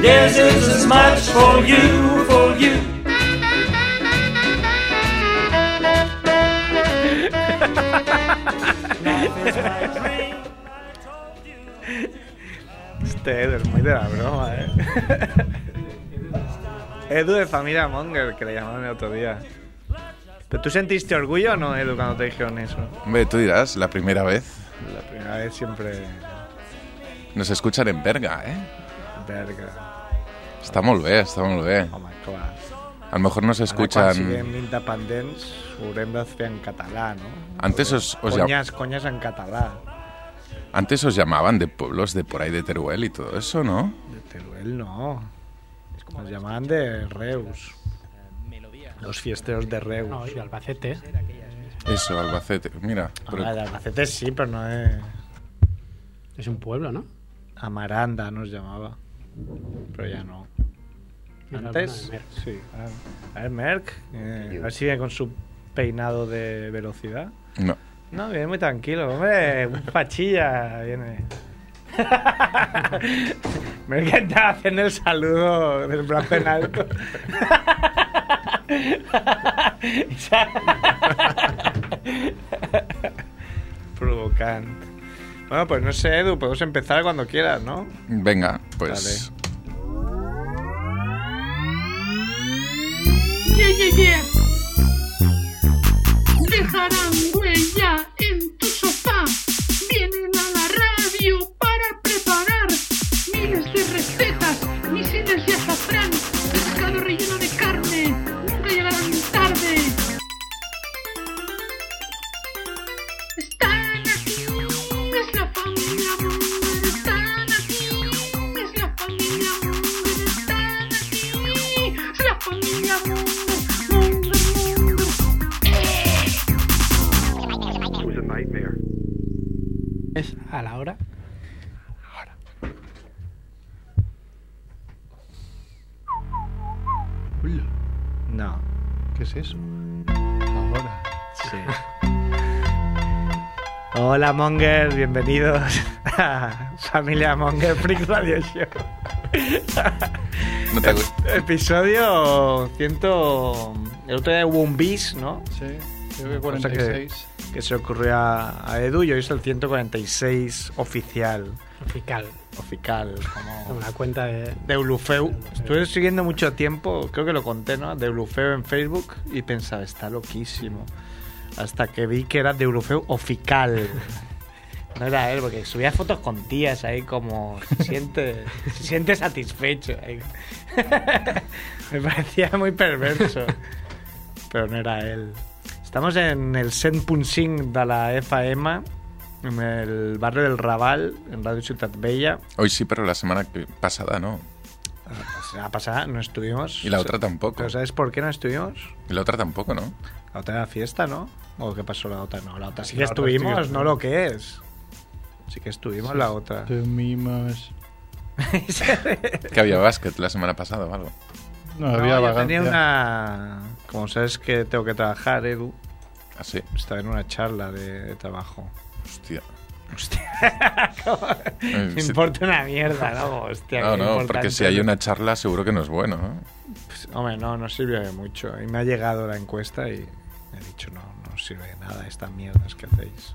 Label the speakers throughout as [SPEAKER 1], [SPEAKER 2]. [SPEAKER 1] Yes, it's as much for you, for you. Life is my dream, I told you.
[SPEAKER 2] Este Edu es muy de la broma, ¿eh? Edu de familia Monger, que le llamaron el otro día. ¿Pero tú sentiste orgullo o no, Edu, cuando te dijeron eso?
[SPEAKER 3] Hombre, tú dirás, la primera vez.
[SPEAKER 2] La primera vez siempre...
[SPEAKER 3] Nos escuchan en verga, ¿eh?
[SPEAKER 2] Verga. oh
[SPEAKER 3] Està molt bé, està molt bé.
[SPEAKER 2] Home, clar.
[SPEAKER 3] A lo mejor nos
[SPEAKER 2] Ara, quan
[SPEAKER 3] escuchan...
[SPEAKER 2] siguem independents, ho haurem de fer en català, no?
[SPEAKER 3] Antes os, os llam-
[SPEAKER 2] Conyes, conyes en català.
[SPEAKER 3] Antes os llamaban de pueblos de por ahí de Teruel y todo eso, ¿no?
[SPEAKER 2] De Teruel no. Nos llamaban de Reus. Los fiesteros de Reus. Ah,
[SPEAKER 4] No, y de Albacete.
[SPEAKER 3] Eso, Albacete. Mira, pero
[SPEAKER 2] Ah, de Albacete sí, pero no de...
[SPEAKER 4] Es un pueblo, ¿no?
[SPEAKER 2] Amaranda nos llamaba. Pero ya no.
[SPEAKER 4] Mira,
[SPEAKER 2] Antes,
[SPEAKER 4] alguna de Merck.
[SPEAKER 2] sí. A ver, Merck, eh, a ver si viene con su peinado de velocidad.
[SPEAKER 3] no.
[SPEAKER 2] No, viene muy tranquilo, hombre. Un pachilla viene. Me encanta hacer el saludo del brazo en alto. Provocante. Bueno, pues no sé, Edu, podemos empezar cuando quieras, ¿no?
[SPEAKER 3] Venga, pues...
[SPEAKER 5] Yeah, yeah, yeah. Dejarán huella en tu sofá. Vienen a la radio para preparar miles de recetas, misiles de azafrán, pescado relleno de carne. Nunca llegarán tarde. Están aquí, es la familia Munger. Están aquí, es la familia Munger. Están aquí, es la familia Munger. Munger, Munger.
[SPEAKER 4] Es a la hora.
[SPEAKER 2] No.
[SPEAKER 6] ¿Qué es eso? Ahora.
[SPEAKER 2] Sí. Hola Monger, bienvenidos a Familia Monger Freak Radio Show.
[SPEAKER 3] No te gu-
[SPEAKER 2] Episodio 100. El otro día hubo un bis, ¿no?
[SPEAKER 6] Sí, creo que
[SPEAKER 2] Una cosa que-
[SPEAKER 6] 46.
[SPEAKER 2] Que se ocurrió a, a Edu y hoy es el 146 oficial.
[SPEAKER 4] Fiscal.
[SPEAKER 2] Oficial, como.
[SPEAKER 4] Una cuenta de.
[SPEAKER 2] De Ulufeu. Estuve siguiendo mucho tiempo, creo que lo conté, ¿no? De Ulufeu en Facebook y pensaba, está loquísimo. Hasta que vi que era de Ulufeu oficial. No era él, porque subía fotos con tías ahí como se siente, se siente satisfecho. ahí. Me parecía muy perverso. Pero no era él. Estamos en el 100.5 de la EFM, en el barrio del Raval, en Radio Ciutat Vella.
[SPEAKER 3] Hoy sí, pero la semana que- pasada no.
[SPEAKER 2] Pues La semana pasada no estuvimos.
[SPEAKER 3] Y la otra tampoco.
[SPEAKER 2] ¿Pero sabes por qué no estuvimos?
[SPEAKER 3] Y la otra tampoco, ¿no?
[SPEAKER 2] La otra era fiesta, ¿no? ¿O qué pasó la otra? No, la otra sí que
[SPEAKER 6] La otra sí que
[SPEAKER 2] estuvimos,
[SPEAKER 6] estuvo.
[SPEAKER 2] no lo que es. Sí que estuvimos la otra.
[SPEAKER 6] Te mimas.
[SPEAKER 3] Que había básquet la semana pasada o algo.
[SPEAKER 6] No,
[SPEAKER 2] No,
[SPEAKER 6] había
[SPEAKER 2] yo
[SPEAKER 6] vagancia.
[SPEAKER 2] tenía una... Como sabes que tengo que trabajar, Edu,
[SPEAKER 3] Así.
[SPEAKER 2] estaba en una charla de, de trabajo.
[SPEAKER 3] Hostia.
[SPEAKER 2] Hostia, ¿cómo?
[SPEAKER 3] Eh,
[SPEAKER 2] me
[SPEAKER 3] sí.
[SPEAKER 2] importa una mierda, ¿no? Hostia,
[SPEAKER 3] No,
[SPEAKER 2] qué
[SPEAKER 3] no, porque si
[SPEAKER 2] importante.
[SPEAKER 3] hay una charla seguro que no es bueno, ¿no?
[SPEAKER 2] Pues, hombre, no, no sirve de mucho. Y me ha llegado la encuesta y he dicho, no, no sirve de nada estas mierdas que hacéis.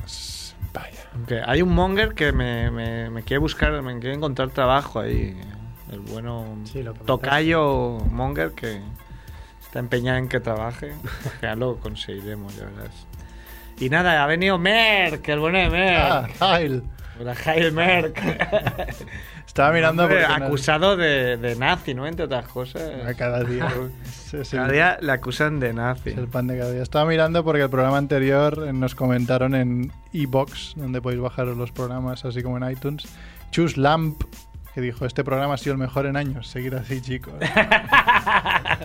[SPEAKER 3] Pues, Vaya.
[SPEAKER 2] Aunque hay un monger que me, me- me quiere buscar, me quiere encontrar trabajo ahí. El bueno
[SPEAKER 4] Sí, lo que
[SPEAKER 2] tocayo monger que está empeñado en que trabaje. Ya lo conseguiremos, ya verás. Y nada, ha venido Merck, el bueno de
[SPEAKER 6] Ah,
[SPEAKER 2] Merck.
[SPEAKER 6] Heil.
[SPEAKER 2] Hola, Jaime Merck.
[SPEAKER 6] Estaba mirando
[SPEAKER 2] Hombre,
[SPEAKER 6] porque no-
[SPEAKER 2] acusado de, de nazi, ¿no? Entre otras cosas.
[SPEAKER 6] Ah, Cada día. Es- es
[SPEAKER 2] Cada
[SPEAKER 6] el-
[SPEAKER 2] día le acusan de nazi.
[SPEAKER 6] es el pan de cada día. Estaba mirando porque el programa anterior eh, nos comentaron en iBox, donde podéis bajaros los programas, así como en iTunes. Chus Lamp, que dijo: Este programa ha sido el mejor en años. Seguir así, chicos.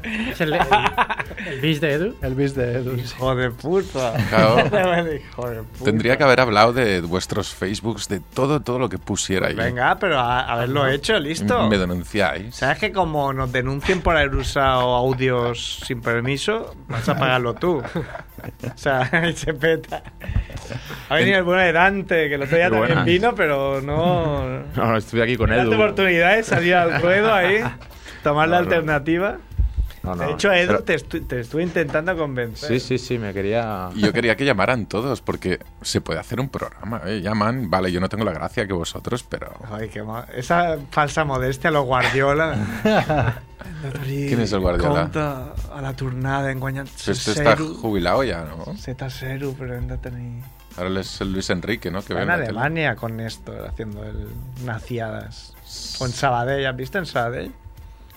[SPEAKER 4] Es el, el, el bis de Edu.
[SPEAKER 6] El bis de Edu. sí.
[SPEAKER 2] Hijo de puta.
[SPEAKER 3] Claro.
[SPEAKER 2] Hijo de puta.
[SPEAKER 3] Tendría que haber hablado de vuestros Facebooks, de todo, todo lo que pusiera ahí.
[SPEAKER 2] Venga, pero a- haberlo hecho, listo.
[SPEAKER 3] Me denunciáis.
[SPEAKER 2] ¿Sabes que como nos denuncien por haber usado audios sin permiso, vas a pagarlo tú? O sea, y se peta. Ha venido el bueno de Dante, que el otro día
[SPEAKER 7] Muy
[SPEAKER 2] también
[SPEAKER 7] buenas.
[SPEAKER 2] vino, pero no.
[SPEAKER 7] No, no, estuve aquí con
[SPEAKER 2] Era
[SPEAKER 7] Edu.
[SPEAKER 2] tu oportunidad de salir al ruedo ahí, tomar la
[SPEAKER 7] No, no.
[SPEAKER 2] alternativa.
[SPEAKER 7] No, no.
[SPEAKER 2] De hecho, Edu,
[SPEAKER 7] Pero-
[SPEAKER 2] te, estu- te estuve intentando convencer.
[SPEAKER 7] Sí, sí, sí, me quería...
[SPEAKER 3] Y Yo quería que llamaran todos, porque se puede hacer un programa. ¿eh? Llaman, vale, yo no tengo la gracia que vosotros, pero.
[SPEAKER 2] Ay, qué mo- Esa falsa modestia a los Guardiola.
[SPEAKER 3] ¿Quién es el Guardiola?
[SPEAKER 2] Conta a la turnada en Guanyat.
[SPEAKER 3] Si Este está jubilado ya, ¿no?
[SPEAKER 2] Z cero, pero no tenía...
[SPEAKER 3] Ahora es el Luis Enrique, ¿no?
[SPEAKER 2] Está
[SPEAKER 3] Que ve
[SPEAKER 2] en
[SPEAKER 3] la tele.
[SPEAKER 2] Alemania con esto, haciendo el naciadas. O en Sabadell, ¿has visto en Sabadell?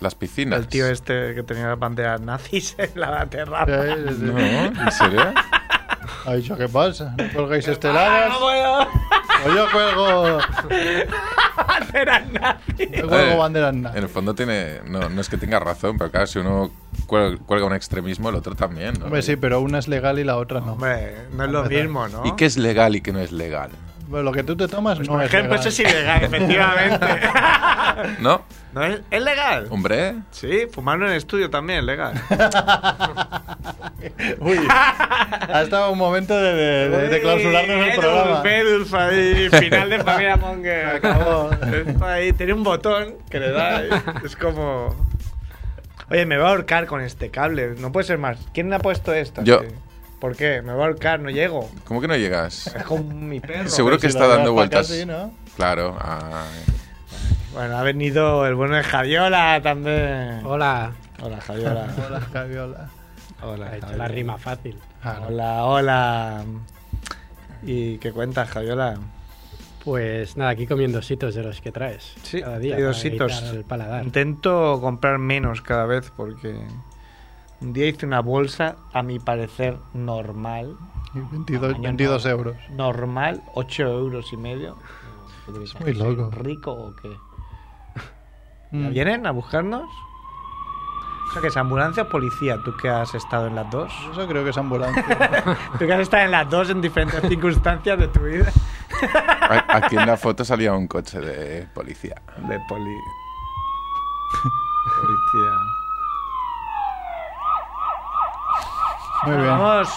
[SPEAKER 3] Las piscinas.
[SPEAKER 2] El tío este que tenía las banderas nazis en la terraza.
[SPEAKER 6] Eh,
[SPEAKER 3] No, ¿en serio?
[SPEAKER 6] Ha dicho, ¿qué pasa? ¿No colgáis esteladas?
[SPEAKER 2] ¡No puedo
[SPEAKER 6] O yo cuelgo,
[SPEAKER 2] hacer a nadie!
[SPEAKER 6] yo
[SPEAKER 3] A ver,
[SPEAKER 6] cuelgo banderas
[SPEAKER 3] En
[SPEAKER 6] nazis.
[SPEAKER 3] el fondo tiene. No, no es que tenga razón, pero claro, si uno cuel- cuelga un extremismo, el otro también. ¿no?
[SPEAKER 6] Hombre, sí, pero una es legal y la otra no.
[SPEAKER 2] Hombre, no es lo mismo, ¿no?
[SPEAKER 3] ¿Y qué es legal y qué no es legal?
[SPEAKER 6] Bueno, lo que tú te tomas no
[SPEAKER 2] Pues, Por
[SPEAKER 6] es
[SPEAKER 2] ejemplo,
[SPEAKER 6] legal.
[SPEAKER 2] eso es ilegal, efectivamente.
[SPEAKER 3] ¿No?
[SPEAKER 2] ¿No es, es legal?
[SPEAKER 3] Hombre,
[SPEAKER 2] Sí, fumarlo en el estudio también es legal.
[SPEAKER 6] Uy, ha estado un momento de, de, de- de clausurarnos el
[SPEAKER 2] Edu,
[SPEAKER 6] programa.
[SPEAKER 2] Pedulf ahí, final de familia Monger.
[SPEAKER 6] Acabó.
[SPEAKER 2] Esto ahí, tiene un botón que le da. ahí. Es como. Oye, me va a ahorcar con este cable. No puede ser más. ¿Quién ha puesto esto?
[SPEAKER 3] Yo.
[SPEAKER 2] Sí. ¿Por qué? Me va a ahorcar, no llego.
[SPEAKER 3] ¿cómo que no llegas?
[SPEAKER 2] Es con mi perro.
[SPEAKER 3] Seguro que
[SPEAKER 6] Si
[SPEAKER 3] está
[SPEAKER 6] lo
[SPEAKER 3] dando
[SPEAKER 6] das para
[SPEAKER 3] vueltas.
[SPEAKER 6] acá, sí, ¿no?
[SPEAKER 3] Claro. ay.
[SPEAKER 2] Bueno, ha venido el bueno de Javiola también.
[SPEAKER 4] Hola.
[SPEAKER 2] Hola, Javiola.
[SPEAKER 6] Hola, Javiola.
[SPEAKER 2] Hola,
[SPEAKER 4] Ha hecho
[SPEAKER 2] Javiola.
[SPEAKER 4] la
[SPEAKER 2] Ah,
[SPEAKER 4] rima fácil.
[SPEAKER 6] Ah,
[SPEAKER 2] Hola, hola. ¿Y qué cuentas, Javiola?
[SPEAKER 4] Pues nada, aquí comiendo ositos de los que traes.
[SPEAKER 2] Sí,
[SPEAKER 4] cada día.
[SPEAKER 2] hay
[SPEAKER 4] para
[SPEAKER 2] ositos.
[SPEAKER 4] evitar El paladar.
[SPEAKER 2] Intento comprar menos cada vez porque un día hice una bolsa, a mi parecer, normal.
[SPEAKER 6] Y 22,
[SPEAKER 2] Tamaño
[SPEAKER 6] 22
[SPEAKER 2] no-
[SPEAKER 6] euros.
[SPEAKER 2] Normal, 8 euros y medio. Es
[SPEAKER 6] muy loco.
[SPEAKER 2] ¿Rico o qué?
[SPEAKER 6] Mm.
[SPEAKER 2] ¿Vienen a buscarnos? O sea, que es ambulancia o policía, tú que has estado en las dos.
[SPEAKER 6] Eso creo que es ambulancia.
[SPEAKER 2] Tú que has estado en las dos en diferentes circunstancias de tu vida.
[SPEAKER 3] A- Aquí en la foto salía un coche de policía.
[SPEAKER 2] De poli. Policía.
[SPEAKER 6] Muy bien.
[SPEAKER 2] Vamos,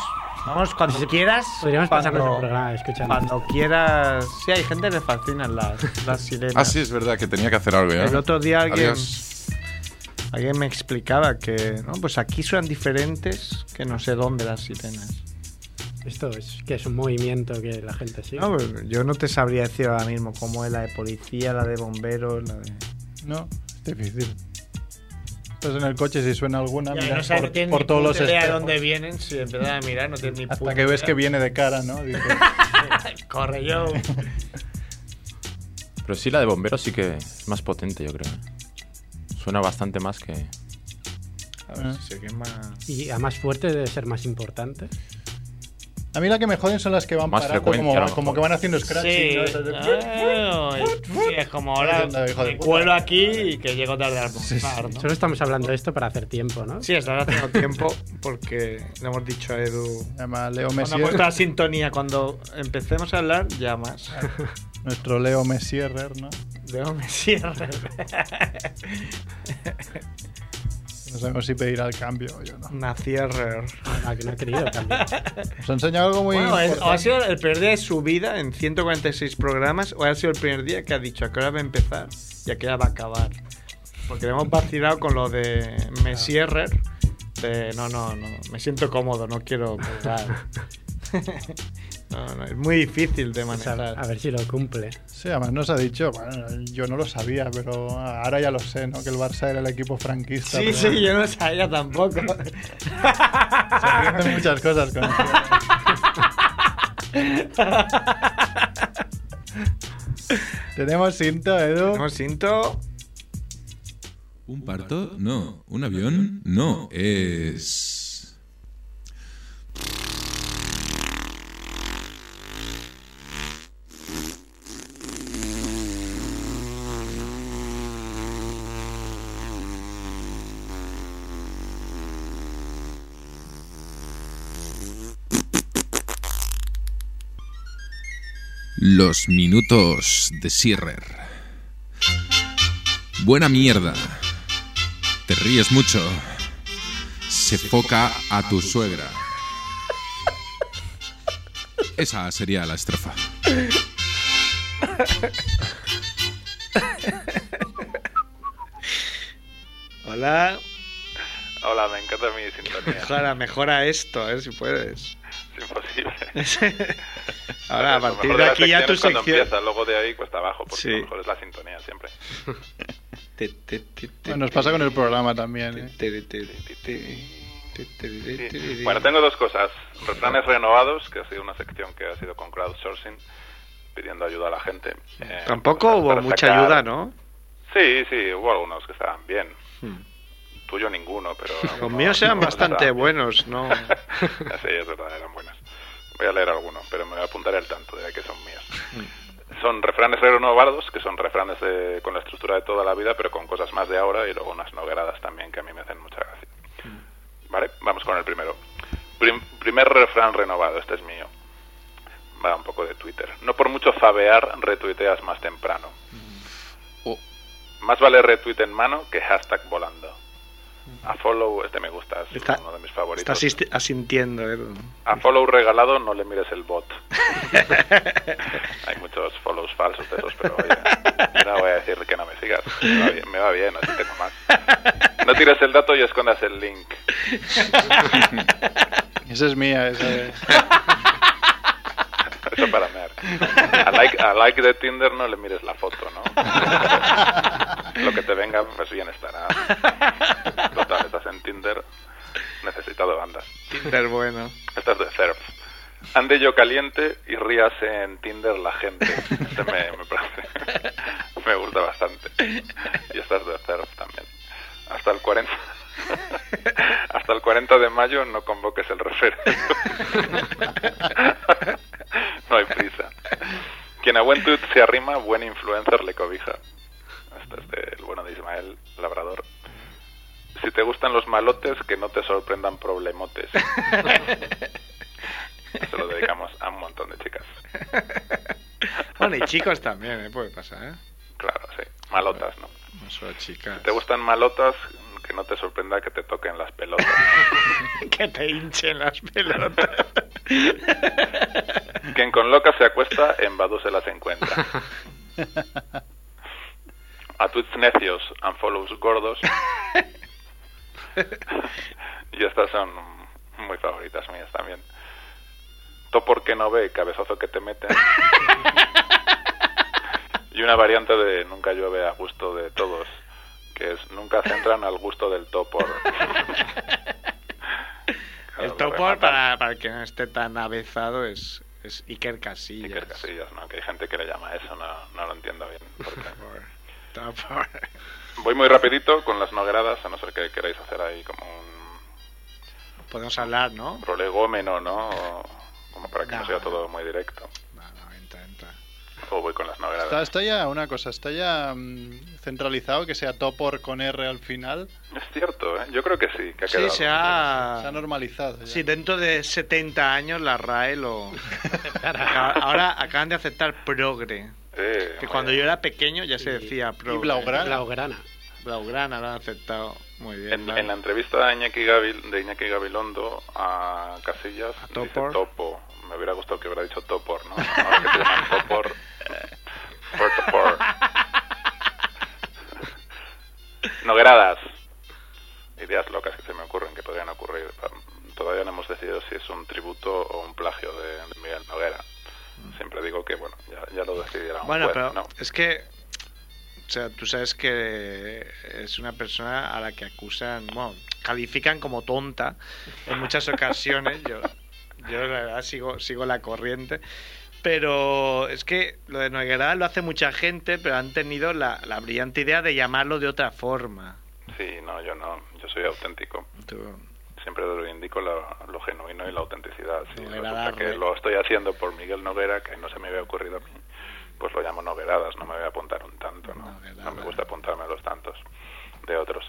[SPEAKER 2] vamos cuando quieras.
[SPEAKER 4] Podríamos pasar
[SPEAKER 2] cuando-
[SPEAKER 4] nuestro programa escuchando.
[SPEAKER 2] Cuando quieras. Sí, hay gente que le fascinan las, las sirenas.
[SPEAKER 3] Ah, sí, es verdad que tenía que hacer algo, ¿eh?
[SPEAKER 2] El otro día alguien,
[SPEAKER 3] Adiós.
[SPEAKER 2] alguien me explicaba que no, pues aquí suenan diferentes que no sé dónde las sirenas.
[SPEAKER 4] Esto es que es un movimiento que la gente sigue.
[SPEAKER 2] No, pues, yo no te sabría decir ahora mismo cómo es la de policía, la de bomberos, la de.
[SPEAKER 6] No, es difícil. Estás en el coche, si suena alguna,
[SPEAKER 2] Ya,
[SPEAKER 6] miras
[SPEAKER 2] no sabes, no
[SPEAKER 6] por,
[SPEAKER 2] tienes
[SPEAKER 6] por
[SPEAKER 2] ni
[SPEAKER 6] todos los
[SPEAKER 2] puta idea de
[SPEAKER 6] espejos.
[SPEAKER 2] dónde vienen, si empiezas a mirar no tienes ni puta
[SPEAKER 6] Hasta que ves
[SPEAKER 2] idea.
[SPEAKER 6] que viene de cara, ¿no? Dices,
[SPEAKER 2] Corre yo.
[SPEAKER 7] Pero sí, la de bomberos sí que es más potente, yo creo. Suena bastante más que...
[SPEAKER 2] A ver si se quema.
[SPEAKER 4] Y a más fuerte debe ser más importante.
[SPEAKER 6] A mí la que me joden son las que van
[SPEAKER 7] Más
[SPEAKER 6] parando,
[SPEAKER 7] frecuencia,
[SPEAKER 6] como,
[SPEAKER 7] a lo mejor.
[SPEAKER 6] como que van haciendo scratch. ¿no? Esas de-
[SPEAKER 2] Ah, es como
[SPEAKER 6] ahora me cuelo
[SPEAKER 2] aquí y que llego tarde al
[SPEAKER 4] Solo estamos hablando de esto para hacer tiempo, ¿no?
[SPEAKER 2] Sí, está haciendo tiempo porque le hemos dicho a Edu.
[SPEAKER 6] Además, Leo
[SPEAKER 2] Cuando
[SPEAKER 6] Messier,
[SPEAKER 2] hemos la sintonía, cuando empecemos a hablar, llamas.
[SPEAKER 6] nuestro Leo Messierer, ¿no?
[SPEAKER 2] Luego me cierre.
[SPEAKER 6] No sabemos si pedir al cambio o yo no.
[SPEAKER 2] Una cierre.
[SPEAKER 4] Ah, que no he querido cambiar.
[SPEAKER 6] Os he enseñado algo muy
[SPEAKER 2] Bueno, es- o ha
[SPEAKER 6] importante.
[SPEAKER 2] sido el primer día de su vida en 146 programas, o ha sido el primer día que ha dicho a qué hora va a empezar y a qué hora va a acabar. Porque le hemos vacilado con lo de me cierre. De, no, no, no, me siento cómodo, no quiero colgar. no, no, es muy difícil de
[SPEAKER 4] Pues a,
[SPEAKER 2] manejar.
[SPEAKER 6] Ah,
[SPEAKER 4] a ver si lo cumple.
[SPEAKER 6] Sí, además nos ha dicho, bueno, yo no lo sabía, pero ahora ya lo sé, ¿no? Que el Barça era el equipo franquista.
[SPEAKER 2] Sí,
[SPEAKER 6] pero-
[SPEAKER 2] sí, yo no sabía tampoco.
[SPEAKER 6] Se aprenden muchas cosas con esto. Tenemos cinta, Edu.
[SPEAKER 2] Tenemos cinto.
[SPEAKER 8] ¿Un parto? No. ¿Un avión? No. Es... Los minutos de Sirrer. Buena mierda. Te ríes mucho. Se foca a tu suegra.
[SPEAKER 9] Esa sería la estrofa.
[SPEAKER 2] Hola.
[SPEAKER 10] Hola, me encanta mi sintonía.
[SPEAKER 2] Mejora, mejora esto, a ver si puedes.
[SPEAKER 10] Es imposible.
[SPEAKER 2] Ahora, a
[SPEAKER 10] Lo
[SPEAKER 2] partir
[SPEAKER 10] mejor
[SPEAKER 2] de
[SPEAKER 10] la
[SPEAKER 2] aquí ya tu
[SPEAKER 10] sección es cuando
[SPEAKER 2] sección.
[SPEAKER 10] empieza, luego de ahí cuesta abajo, porque
[SPEAKER 2] Sí.
[SPEAKER 10] lo mejor es la sintonía siempre.
[SPEAKER 2] Te, te, te, te,
[SPEAKER 6] Bueno, Nos pasa con el programa también.
[SPEAKER 2] te,
[SPEAKER 6] ¿eh?
[SPEAKER 2] te, te, te, te, te, te, te, te.
[SPEAKER 10] Bueno, tengo dos cosas. Refranes renovados, que ha sido una sección que ha sido con crowdsourcing, pidiendo ayuda a la gente. eh,
[SPEAKER 2] Tampoco
[SPEAKER 10] para-
[SPEAKER 2] hubo
[SPEAKER 10] para
[SPEAKER 2] mucha
[SPEAKER 10] sacar-
[SPEAKER 2] ayuda, ¿no? Hmm.
[SPEAKER 10] Sí, sí, hubo algunos que estaban bien. Tuyo ninguno, pero...
[SPEAKER 2] Los
[SPEAKER 10] algunos-
[SPEAKER 2] míos eran
[SPEAKER 10] algunos
[SPEAKER 2] bastante
[SPEAKER 10] estaban bien.
[SPEAKER 2] buenos, ¿no?
[SPEAKER 10] sí, es verdad, eran buenas. Voy a leer algunos, pero me voy a apuntar al tanto de que son míos.
[SPEAKER 6] Mm.
[SPEAKER 10] Son refranes renovados, que son refranes de- eh, con la estructura de toda la vida, pero con cosas más de ahora y luego unas nogueradas también que a mí me hacen mucha gracia. Vale, vamos con el primero. Prim- primer refrán renovado, este es mío. Va un poco de Twitter. No por mucho fabear, retuiteas más temprano.
[SPEAKER 2] Mm.
[SPEAKER 11] Oh.
[SPEAKER 10] Más vale retweet en mano que hashtag volando. A follow, este me gusta, es
[SPEAKER 2] Está-
[SPEAKER 10] uno de mis favoritos.
[SPEAKER 2] Estás asti- asintiendo, ¿eh?
[SPEAKER 10] A follow regalado no le mires el bot. Hay muchos follows falsos de esos, pero oye, yo no voy a decir que no me sigas. Me va bien, me va bien, así tengo más. No tires el dato y escondas el link.
[SPEAKER 6] Esa es mía, esa de-
[SPEAKER 10] Eso para mear. A like, a like de Tinder no le mires la foto, ¿no? Lo que te venga, pues bien estará. ¿ah? Total, estás en Tinder, necesitado bandas.
[SPEAKER 2] Tinder bueno.
[SPEAKER 10] Esta es de Surf. Ande yo caliente y ríase en Tinder la gente. Este me, me parece- me gusta bastante. Y esta es de Surf también. Hasta el 40. Hasta el 40 de mayo no convoques el referéndum. No hay prisa. Quien a buen tuit se arrima, buen influencer le cobija. Este es del bueno de Ismael Labrador. Si te gustan los malotes, que no te sorprendan problemotes. Se lo dedicamos a un montón de chicas.
[SPEAKER 2] Bueno, y chicos también, ¿eh? Puede pasar, ¿eh?
[SPEAKER 10] Claro, sí. Malotas, ¿no?
[SPEAKER 2] No solo chicas.
[SPEAKER 10] Si te gustan malotas, que no te sorprenda que te toquen las pelotas.
[SPEAKER 2] que te hinchen las pelotas.
[SPEAKER 10] Quien con loca se acuesta, en Badu se las encuentra. A tweets necios, unfollows gordos. y estas son muy favoritas mías también. To porque no ve, cabezazo que te meten. y una variante de nunca llueve a gusto de todos, que es nunca centran al gusto del topor.
[SPEAKER 2] El
[SPEAKER 10] Claro,
[SPEAKER 2] topor,
[SPEAKER 10] rematan.
[SPEAKER 2] para, para el que no esté tan avezado, es, es Iker Casillas.
[SPEAKER 10] Iker Casillas, ¿no? Que hay gente que le llama eso, no, no lo entiendo bien. porque-
[SPEAKER 2] Topor. Topor.
[SPEAKER 10] Voy muy rapidito con las nogueradas, a no ser que queráis hacer ahí como un
[SPEAKER 2] Podemos hablar, ¿no?
[SPEAKER 10] prolegómeno, ¿no? O como para que no,
[SPEAKER 2] No.
[SPEAKER 10] sea todo muy directo.
[SPEAKER 2] No, no, entra, entra.
[SPEAKER 10] O voy con las
[SPEAKER 6] Está,
[SPEAKER 10] nogueradas.
[SPEAKER 6] está ya una cosa, está ya mm, centralizado que sea topor con R al final.
[SPEAKER 10] Es cierto, ¿eh? Yo creo que sí, que ha
[SPEAKER 2] Sí,
[SPEAKER 10] quedado.
[SPEAKER 2] se
[SPEAKER 10] Ah.
[SPEAKER 6] Se ha
[SPEAKER 2] ha...
[SPEAKER 6] normalizado. ya.
[SPEAKER 2] Sí, dentro de 70 años la RAE lo... Acaba- Ahora acaban de aceptar progre.
[SPEAKER 10] Eh,
[SPEAKER 2] Que
[SPEAKER 10] muy
[SPEAKER 2] cuando yo
[SPEAKER 10] bien.
[SPEAKER 2] era pequeño ya se decía
[SPEAKER 6] y
[SPEAKER 2] progre.
[SPEAKER 6] Blaugrana.
[SPEAKER 4] Blaugrana.
[SPEAKER 2] Blaugrana lo han aceptado muy bien.
[SPEAKER 10] En,
[SPEAKER 2] ¿no?
[SPEAKER 10] en la entrevista de Iñaki, Gavil- de Iñaki Gabilondo a Casillas,
[SPEAKER 2] A
[SPEAKER 10] dice
[SPEAKER 2] Topor.
[SPEAKER 10] topo. Me hubiera gustado que hubiera dicho topor, ¿no? Ahora que te llaman topor. eh, por topor. Nogueradas. Ideas locas que se me ocurren, que podrían ocurrir. Todavía no hemos decidido si es un tributo o un plagio de de Miguel Noguera. Siempre digo que, bueno, ya, ya lo decidirá un
[SPEAKER 2] Mm. Bueno,
[SPEAKER 10] juez,
[SPEAKER 2] pero
[SPEAKER 10] ¿no?
[SPEAKER 2] es que. O sea, tú sabes que es una persona a la que acusan, bueno, califican como tonta en muchas ocasiones. Yo, yo la verdad sigo, sigo la corriente. Pero es que lo de Noguera lo hace mucha gente, pero han tenido la, la brillante idea de llamarlo de otra forma.
[SPEAKER 10] Sí, no, yo no. Yo soy auténtico.
[SPEAKER 2] Tú-
[SPEAKER 10] siempre reivindico lo, lo genuino y la autenticidad. Si
[SPEAKER 2] Noguerada,
[SPEAKER 10] resulta que
[SPEAKER 2] Rubén.
[SPEAKER 10] lo estoy haciendo por Miguel Noguera, que no se me había ocurrido a mí, pues lo llamo Nogueradas, no me voy a apuntar un tanto, ¿no?
[SPEAKER 2] Noguerada.
[SPEAKER 10] No me gusta apuntarme a los tantos de otros.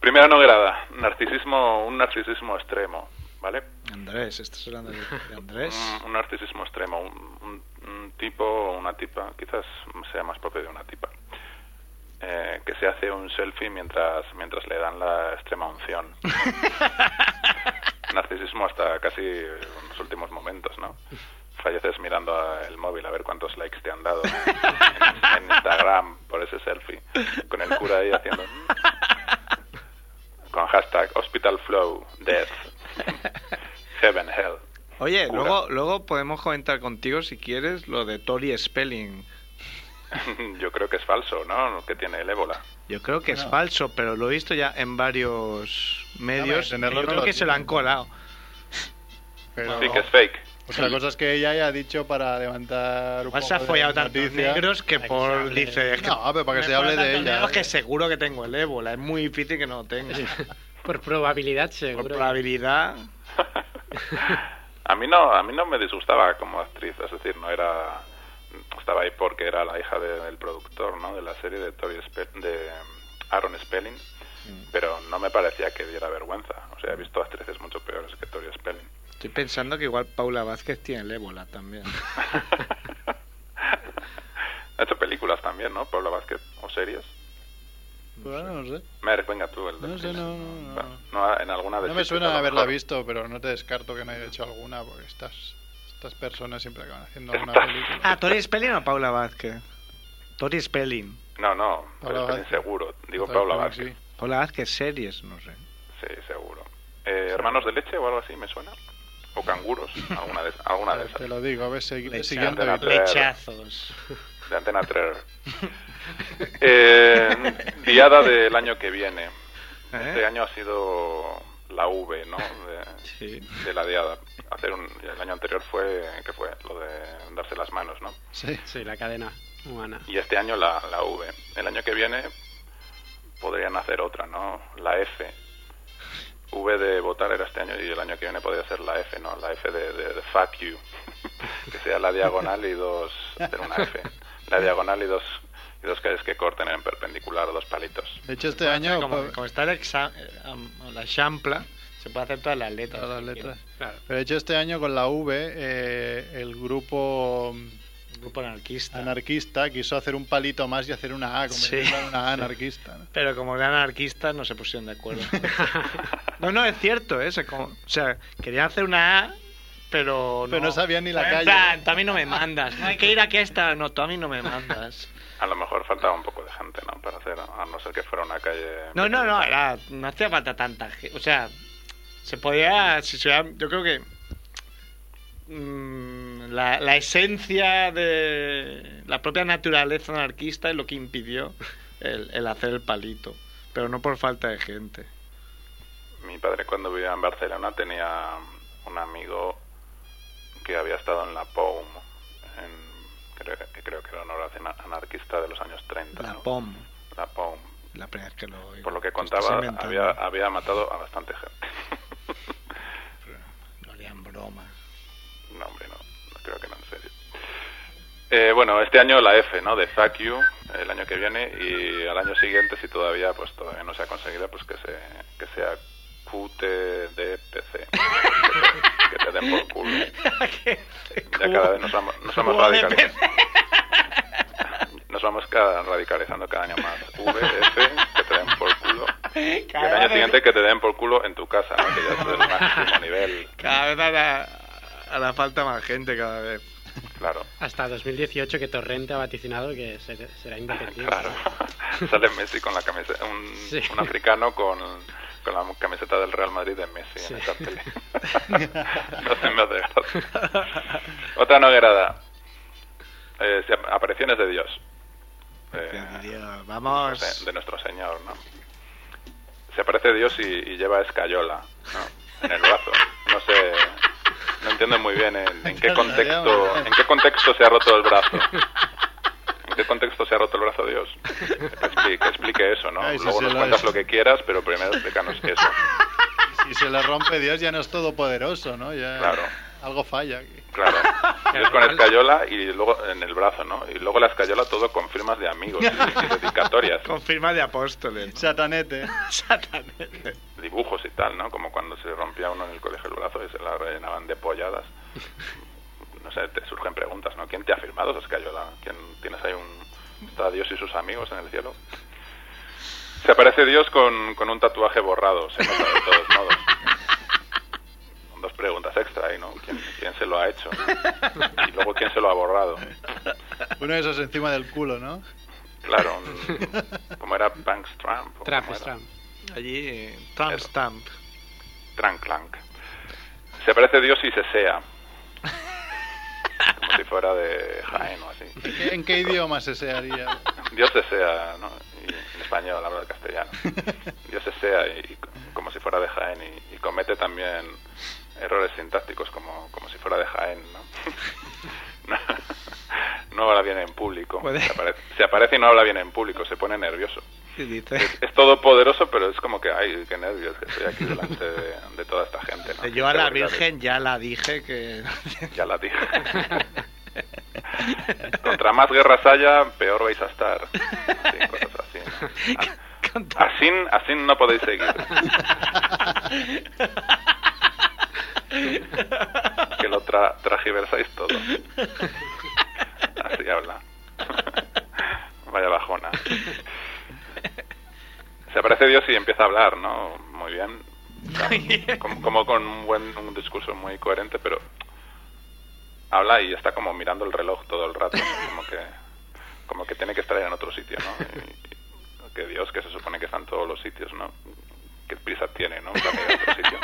[SPEAKER 10] Primera Noguerada, narcisismo, un narcisismo extremo, ¿vale?
[SPEAKER 2] Andrés, estás hablando de de Andrés.
[SPEAKER 10] Un, un narcisismo extremo, un, un- un tipo o una tipa, quizás sea más propio de una tipa, eh, que se hace un selfie mientras, mientras le dan la extrema unción. Narcisismo hasta casi los últimos momentos, ¿no? falleces mirando a- el móvil a ver cuántos likes te han dado en, en Instagram por ese selfie, con el cura ahí haciendo... Con hashtag Hospital Flow, Death, Heaven, Hell.
[SPEAKER 2] Oye,
[SPEAKER 10] Cura.
[SPEAKER 2] luego, luego podemos comentar contigo, si quieres, lo de Tori Spelling.
[SPEAKER 10] Yo creo que es falso, ¿no? Que tiene el ébola.
[SPEAKER 2] Yo creo que es falso, pero lo he visto ya en varios medios. y yo
[SPEAKER 6] tenerlo no
[SPEAKER 2] creo
[SPEAKER 6] lo
[SPEAKER 2] que se lo han colado.
[SPEAKER 6] Pero
[SPEAKER 10] Sí que es fake.
[SPEAKER 6] otra cosa es que ella ya ha dicho para levantar un
[SPEAKER 2] Vas
[SPEAKER 6] poco
[SPEAKER 2] a
[SPEAKER 6] de
[SPEAKER 2] follar tantos
[SPEAKER 6] noticia.
[SPEAKER 2] negros que
[SPEAKER 4] que se
[SPEAKER 2] por
[SPEAKER 4] hable de-
[SPEAKER 2] dice. es que
[SPEAKER 6] No, pero para que
[SPEAKER 2] me
[SPEAKER 6] se hable
[SPEAKER 2] follan
[SPEAKER 6] de
[SPEAKER 2] tantos
[SPEAKER 6] ella.
[SPEAKER 2] negros que seguro que tengo el ébola. Es muy difícil que no lo tenga.
[SPEAKER 4] Por probabilidad,
[SPEAKER 2] Por
[SPEAKER 4] seguro.
[SPEAKER 2] probabilidad.
[SPEAKER 10] A mí no, a mí no me disgustaba como actriz, es decir, no era estaba ahí porque era la hija de- del productor, ¿no? De la serie de Tori Spe- de mm, Aaron Spelling,
[SPEAKER 6] Mm.
[SPEAKER 10] pero no me parecía que diera vergüenza. O sea, he visto actrices mucho peores que Tori Spelling.
[SPEAKER 2] Estoy pensando que igual Paula Vázquez tiene el ébola también.
[SPEAKER 10] ha hecho películas también, ¿no? Paula Vázquez o series.
[SPEAKER 6] Bueno, no sé.
[SPEAKER 10] Merck, venga tú, el del
[SPEAKER 6] No sé,
[SPEAKER 10] cine.
[SPEAKER 6] no, no, no.
[SPEAKER 10] Bueno, no, en alguna de
[SPEAKER 6] No me
[SPEAKER 10] Sitges, a
[SPEAKER 6] suena
[SPEAKER 10] lo
[SPEAKER 6] haberla
[SPEAKER 10] mejor.
[SPEAKER 6] visto, pero no te descarto que no haya hecho alguna, porque estas, estas personas siempre acaban haciendo alguna
[SPEAKER 10] Estas-
[SPEAKER 6] película.
[SPEAKER 2] Ah, Tori Spelling o Paula Vázquez. Tori Spelling.
[SPEAKER 10] No, no,
[SPEAKER 6] Paula
[SPEAKER 10] Tori Spelling
[SPEAKER 6] Vázquez.
[SPEAKER 10] seguro. Digo
[SPEAKER 6] Otra
[SPEAKER 10] Paula
[SPEAKER 6] vez, sí.
[SPEAKER 10] Vázquez.
[SPEAKER 2] Paula Vázquez series, no sé.
[SPEAKER 10] Sí, seguro. Eh, ¿Hermanos de leche o algo así me suena? ¿O canguros? Alguna de, alguna de
[SPEAKER 6] Te- Te
[SPEAKER 10] esas.
[SPEAKER 6] lo digo, a ver, segui-
[SPEAKER 2] Le
[SPEAKER 6] siguiente
[SPEAKER 10] echaron
[SPEAKER 6] vídeo.
[SPEAKER 10] la-
[SPEAKER 4] Lechazos.
[SPEAKER 10] De Antena 3. Eh, diada del año que viene. Este
[SPEAKER 2] ¿Eh?
[SPEAKER 10] año ha sido la V, ¿no? De,
[SPEAKER 2] Sí.
[SPEAKER 10] de la diada. Hacer un- el año anterior fue, ¿qué fue? Lo de darse las manos, ¿no?
[SPEAKER 6] Sí.
[SPEAKER 4] Sí, la cadena humana.
[SPEAKER 10] Y este año la, la V. El año que viene podrían hacer otra, ¿no? La F. V de votar era este año y el año que viene podría ser la F, ¿no? La F de, de- de fuck you. que sea la diagonal y dos... Hacer una F. La diagonal y dos, y dos calles que corten en perpendicular dos palitos.
[SPEAKER 6] De hecho, este año,
[SPEAKER 2] Como,
[SPEAKER 6] pa-
[SPEAKER 2] como está el exa- eh, am- la champla, se puede hacer todas las letras.
[SPEAKER 6] todas las letras.
[SPEAKER 4] Claro,
[SPEAKER 6] Pero de hecho, este año con la V, eh, el grupo mm,
[SPEAKER 2] El grupo anarquista.
[SPEAKER 6] anarquista quiso hacer un palito más y hacer una A, como
[SPEAKER 2] Ah. Sí.
[SPEAKER 6] una A anarquista. ¿no?
[SPEAKER 2] Pero como eran anarquistas, no se pusieron de acuerdo. no, no, es cierto, ¿eh? Se como- o sea, querían hacer una A, pero no.
[SPEAKER 6] Pero no sabían ni la
[SPEAKER 2] En
[SPEAKER 6] calle.
[SPEAKER 2] plan, tú a mí no me mandas. No hay que ir aquí a esta. No, tú a mí no me mandas.
[SPEAKER 10] A lo mejor faltaba un poco de gente, ¿no? Para hacer, a no ser que fuera una calle...
[SPEAKER 2] No, no, no, era, no hacía falta tanta gente. O sea, se podía. Si se hubiera- yo creo que. mm, la, la esencia de la propia naturaleza anarquista es lo que impidió el, el hacer el palito. Pero no por falta de gente.
[SPEAKER 10] Mi padre cuando vivía en Barcelona tenía un amigo que había estado en la POUM, en- creo, que creo que era una oración anarquista de los años 30.
[SPEAKER 2] La
[SPEAKER 10] ¿no?
[SPEAKER 2] POM.
[SPEAKER 10] La POUM.
[SPEAKER 2] La primera vez que lo oigo.
[SPEAKER 10] Por lo que
[SPEAKER 2] Te estás
[SPEAKER 10] contaba,
[SPEAKER 2] inventando.
[SPEAKER 10] había, había matado a bastante gente.
[SPEAKER 2] No harían broma.
[SPEAKER 10] no, hombre, no, no creo que no, en serio. Eh, bueno, este año la F, ¿no? De Fuck You, el año que viene, y al año siguiente, si todavía pues todavía no se ha conseguido, pues que, se, que sea QTDPC. que te den por culo. Ya cada vez nos vamos, nos vamos
[SPEAKER 2] Como de
[SPEAKER 10] radicalizando. Nos vamos cada- radicalizando cada año más. VF, que te den por culo. Y el
[SPEAKER 2] Cada
[SPEAKER 10] año
[SPEAKER 2] vez-
[SPEAKER 10] siguiente que te den por culo en tu casa, ¿no? que ya es el máximo nivel.
[SPEAKER 2] Cada vez hará, hará falta más gente cada vez.
[SPEAKER 10] Claro,
[SPEAKER 4] Hasta 2018 que Torrente ha vaticinado que ser- será independiente.
[SPEAKER 10] claro. Sale Messi con la camiseta, un,
[SPEAKER 4] Sí.
[SPEAKER 10] un africano con, con la camiseta del Real Madrid de Messi en
[SPEAKER 4] Sí.
[SPEAKER 10] esa tele. Entonces me hace gracia. Otra noguerada. Eh, se- apariciones de Dios. Eh,
[SPEAKER 2] Dios,
[SPEAKER 10] no
[SPEAKER 2] vamos.
[SPEAKER 10] sé, de nuestro Señor, ¿no? Se aparece Dios y, y lleva escayola ¿no? en el brazo. No sé, no entiendo muy bien en, en qué contexto, en qué contexto se ha roto el brazo. ¿En qué contexto se ha roto el brazo Dios? Que explique, que explique eso, ¿no?
[SPEAKER 6] Ay, sí,
[SPEAKER 10] Luego
[SPEAKER 6] sí,
[SPEAKER 10] nos
[SPEAKER 6] lo
[SPEAKER 10] cuentas
[SPEAKER 6] es.
[SPEAKER 10] lo que quieras, pero primero explícanos eso.
[SPEAKER 6] Si se le rompe Dios, ya no es todopoderoso, ¿no? Ya
[SPEAKER 10] Claro.
[SPEAKER 6] Algo falla aquí.
[SPEAKER 10] Claro. Dios con escayola y luego en el brazo, ¿no? Y luego la escayola todo con firmas de amigos y dedicatorias.
[SPEAKER 2] Con firma de apóstoles. ¿no?
[SPEAKER 6] Satanete.
[SPEAKER 2] Exactamente.
[SPEAKER 10] dibujos y tal, ¿no? Como cuando se rompía uno en el colegio el brazo y se la rellenaban de polladas. No sé, te surgen preguntas, ¿no? ¿Quién te ha firmado esa escayola? ¿Quién tienes ahí un... Está Dios y sus amigos en el cielo? Se aparece Dios con, con un tatuaje borrado, se nota de todos modos. Son dos preguntas extra ahí, ¿no? quién, quién se lo ha hecho y luego quién se lo ha borrado.
[SPEAKER 6] Uno de esos encima del culo, ¿no?
[SPEAKER 10] Claro, un- ¿cómo era Banks Trump? ¿O
[SPEAKER 4] Trump,
[SPEAKER 10] cómo
[SPEAKER 4] es
[SPEAKER 10] era?
[SPEAKER 4] Trump.
[SPEAKER 2] Allí, eh, Trump
[SPEAKER 10] Eso.
[SPEAKER 2] Stamp.
[SPEAKER 10] Trank Clank. Se parece a Dios y se sea. Como si fuera de Jaén o así.
[SPEAKER 6] ¿En qué, en qué idioma se se haría?
[SPEAKER 10] Dios se sea, ¿no? Y en español, habla del castellano. Dios se sea y, y como si fuera de Jaén y, y comete también errores sintácticos como, como si fuera de Jaén, ¿no? No, no habla bien en público.
[SPEAKER 2] Puede.
[SPEAKER 10] Se aparece, se aparece y no habla bien en público, se pone nervioso.
[SPEAKER 2] Y dice,
[SPEAKER 10] Es todopoderoso, pero es como que, ay, qué nervios que estoy aquí delante de, de toda esta gente. ¿no?
[SPEAKER 2] yo a la
[SPEAKER 10] Qué barbaridades.
[SPEAKER 2] Virgen ya la dije que...
[SPEAKER 10] Ya la dije. Contra más guerras haya, peor vais a estar. Así, cosas así. ¿no?
[SPEAKER 2] Contra-
[SPEAKER 10] Así, así no podéis seguir. Que lo tra- tragiversáis todo. Así habla. Vaya bajona. Se aparece Dios y empieza a hablar, ¿no? Muy bien. Como, como con un buen un discurso muy coherente, pero habla y está como mirando el reloj todo el rato, ¿no? como que como que tiene que estar en otro sitio, ¿no? Y- y- que Dios, que se supone que está en todos los sitios, ¿no? Qué prisa tiene, ¿no? Para ir a otro sitio.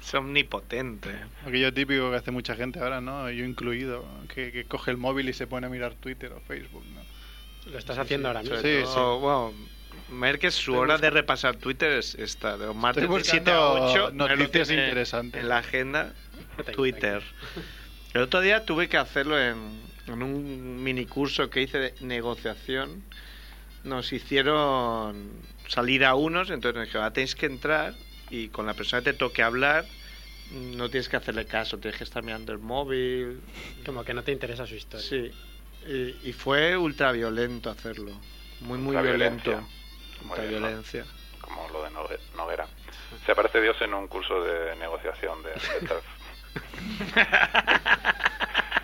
[SPEAKER 2] Es omnipotente.
[SPEAKER 6] Aquello típico que hace mucha gente ahora, ¿no? Yo incluido, que, que coge el móvil y se pone a mirar Twitter o Facebook, ¿no?
[SPEAKER 4] Lo estás haciendo ahora mismo.
[SPEAKER 6] Sí,
[SPEAKER 2] Sí, Bueno, Merck, su hora de repasar Twitter es esta, de los martes
[SPEAKER 6] Estoy
[SPEAKER 2] de 7 a
[SPEAKER 6] buscando
[SPEAKER 2] 8.
[SPEAKER 6] noticias interesantes.
[SPEAKER 2] En la agenda,
[SPEAKER 4] Está ahí,
[SPEAKER 2] Twitter. El otro día tuve que hacerlo en, en un minicurso que hice de negociación. Nos hicieron salir a unos, entonces nos dijeron, "Ah, tenéis que entrar y con la persona que te toque hablar, no tienes que hacerle caso, tienes que estar mirando el móvil,
[SPEAKER 4] Como que no te interesa su historia.
[SPEAKER 2] Sí, y, y fue ultraviolento hacerlo. Muy, muy
[SPEAKER 10] Ultraviolencia.
[SPEAKER 2] violento.
[SPEAKER 10] Muy bien, ¿no?
[SPEAKER 2] Ultraviolencia.
[SPEAKER 10] Como lo de Nogue- Noguera. Se aparece Dios en un curso de negociación de, de TERF.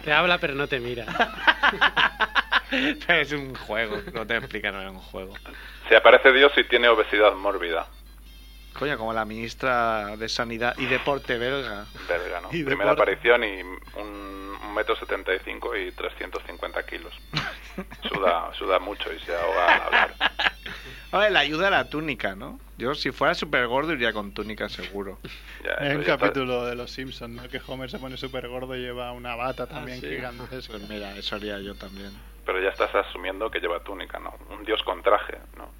[SPEAKER 4] Te habla pero no te mira.
[SPEAKER 2] es un juego, no te explica, no es un juego.
[SPEAKER 10] Se aparece Dios y tiene obesidad mórbida.
[SPEAKER 2] Coño, como la ministra de Sanidad y Deporte belga.
[SPEAKER 10] Verga, ¿no?
[SPEAKER 6] Y de
[SPEAKER 10] Primera
[SPEAKER 6] parte.
[SPEAKER 10] aparición y un, un metro setenta y cinco y 350 kilos. Suda, suda mucho y se ahoga al hablar.
[SPEAKER 2] A ver, la ayuda a la túnica, ¿no? Yo, si fuera súper gordo, iría con túnica, seguro.
[SPEAKER 10] Ya,
[SPEAKER 6] Hay
[SPEAKER 10] eso
[SPEAKER 6] un
[SPEAKER 10] ya está-
[SPEAKER 6] capítulo de Los Simpsons, ¿no? Que Homer se pone súper gordo y lleva una bata también
[SPEAKER 10] sí.
[SPEAKER 6] gigantesca.
[SPEAKER 2] Pues mira, eso haría yo también.
[SPEAKER 10] Pero ya estás asumiendo que lleva túnica, ¿no? Un dios con traje, ¿no?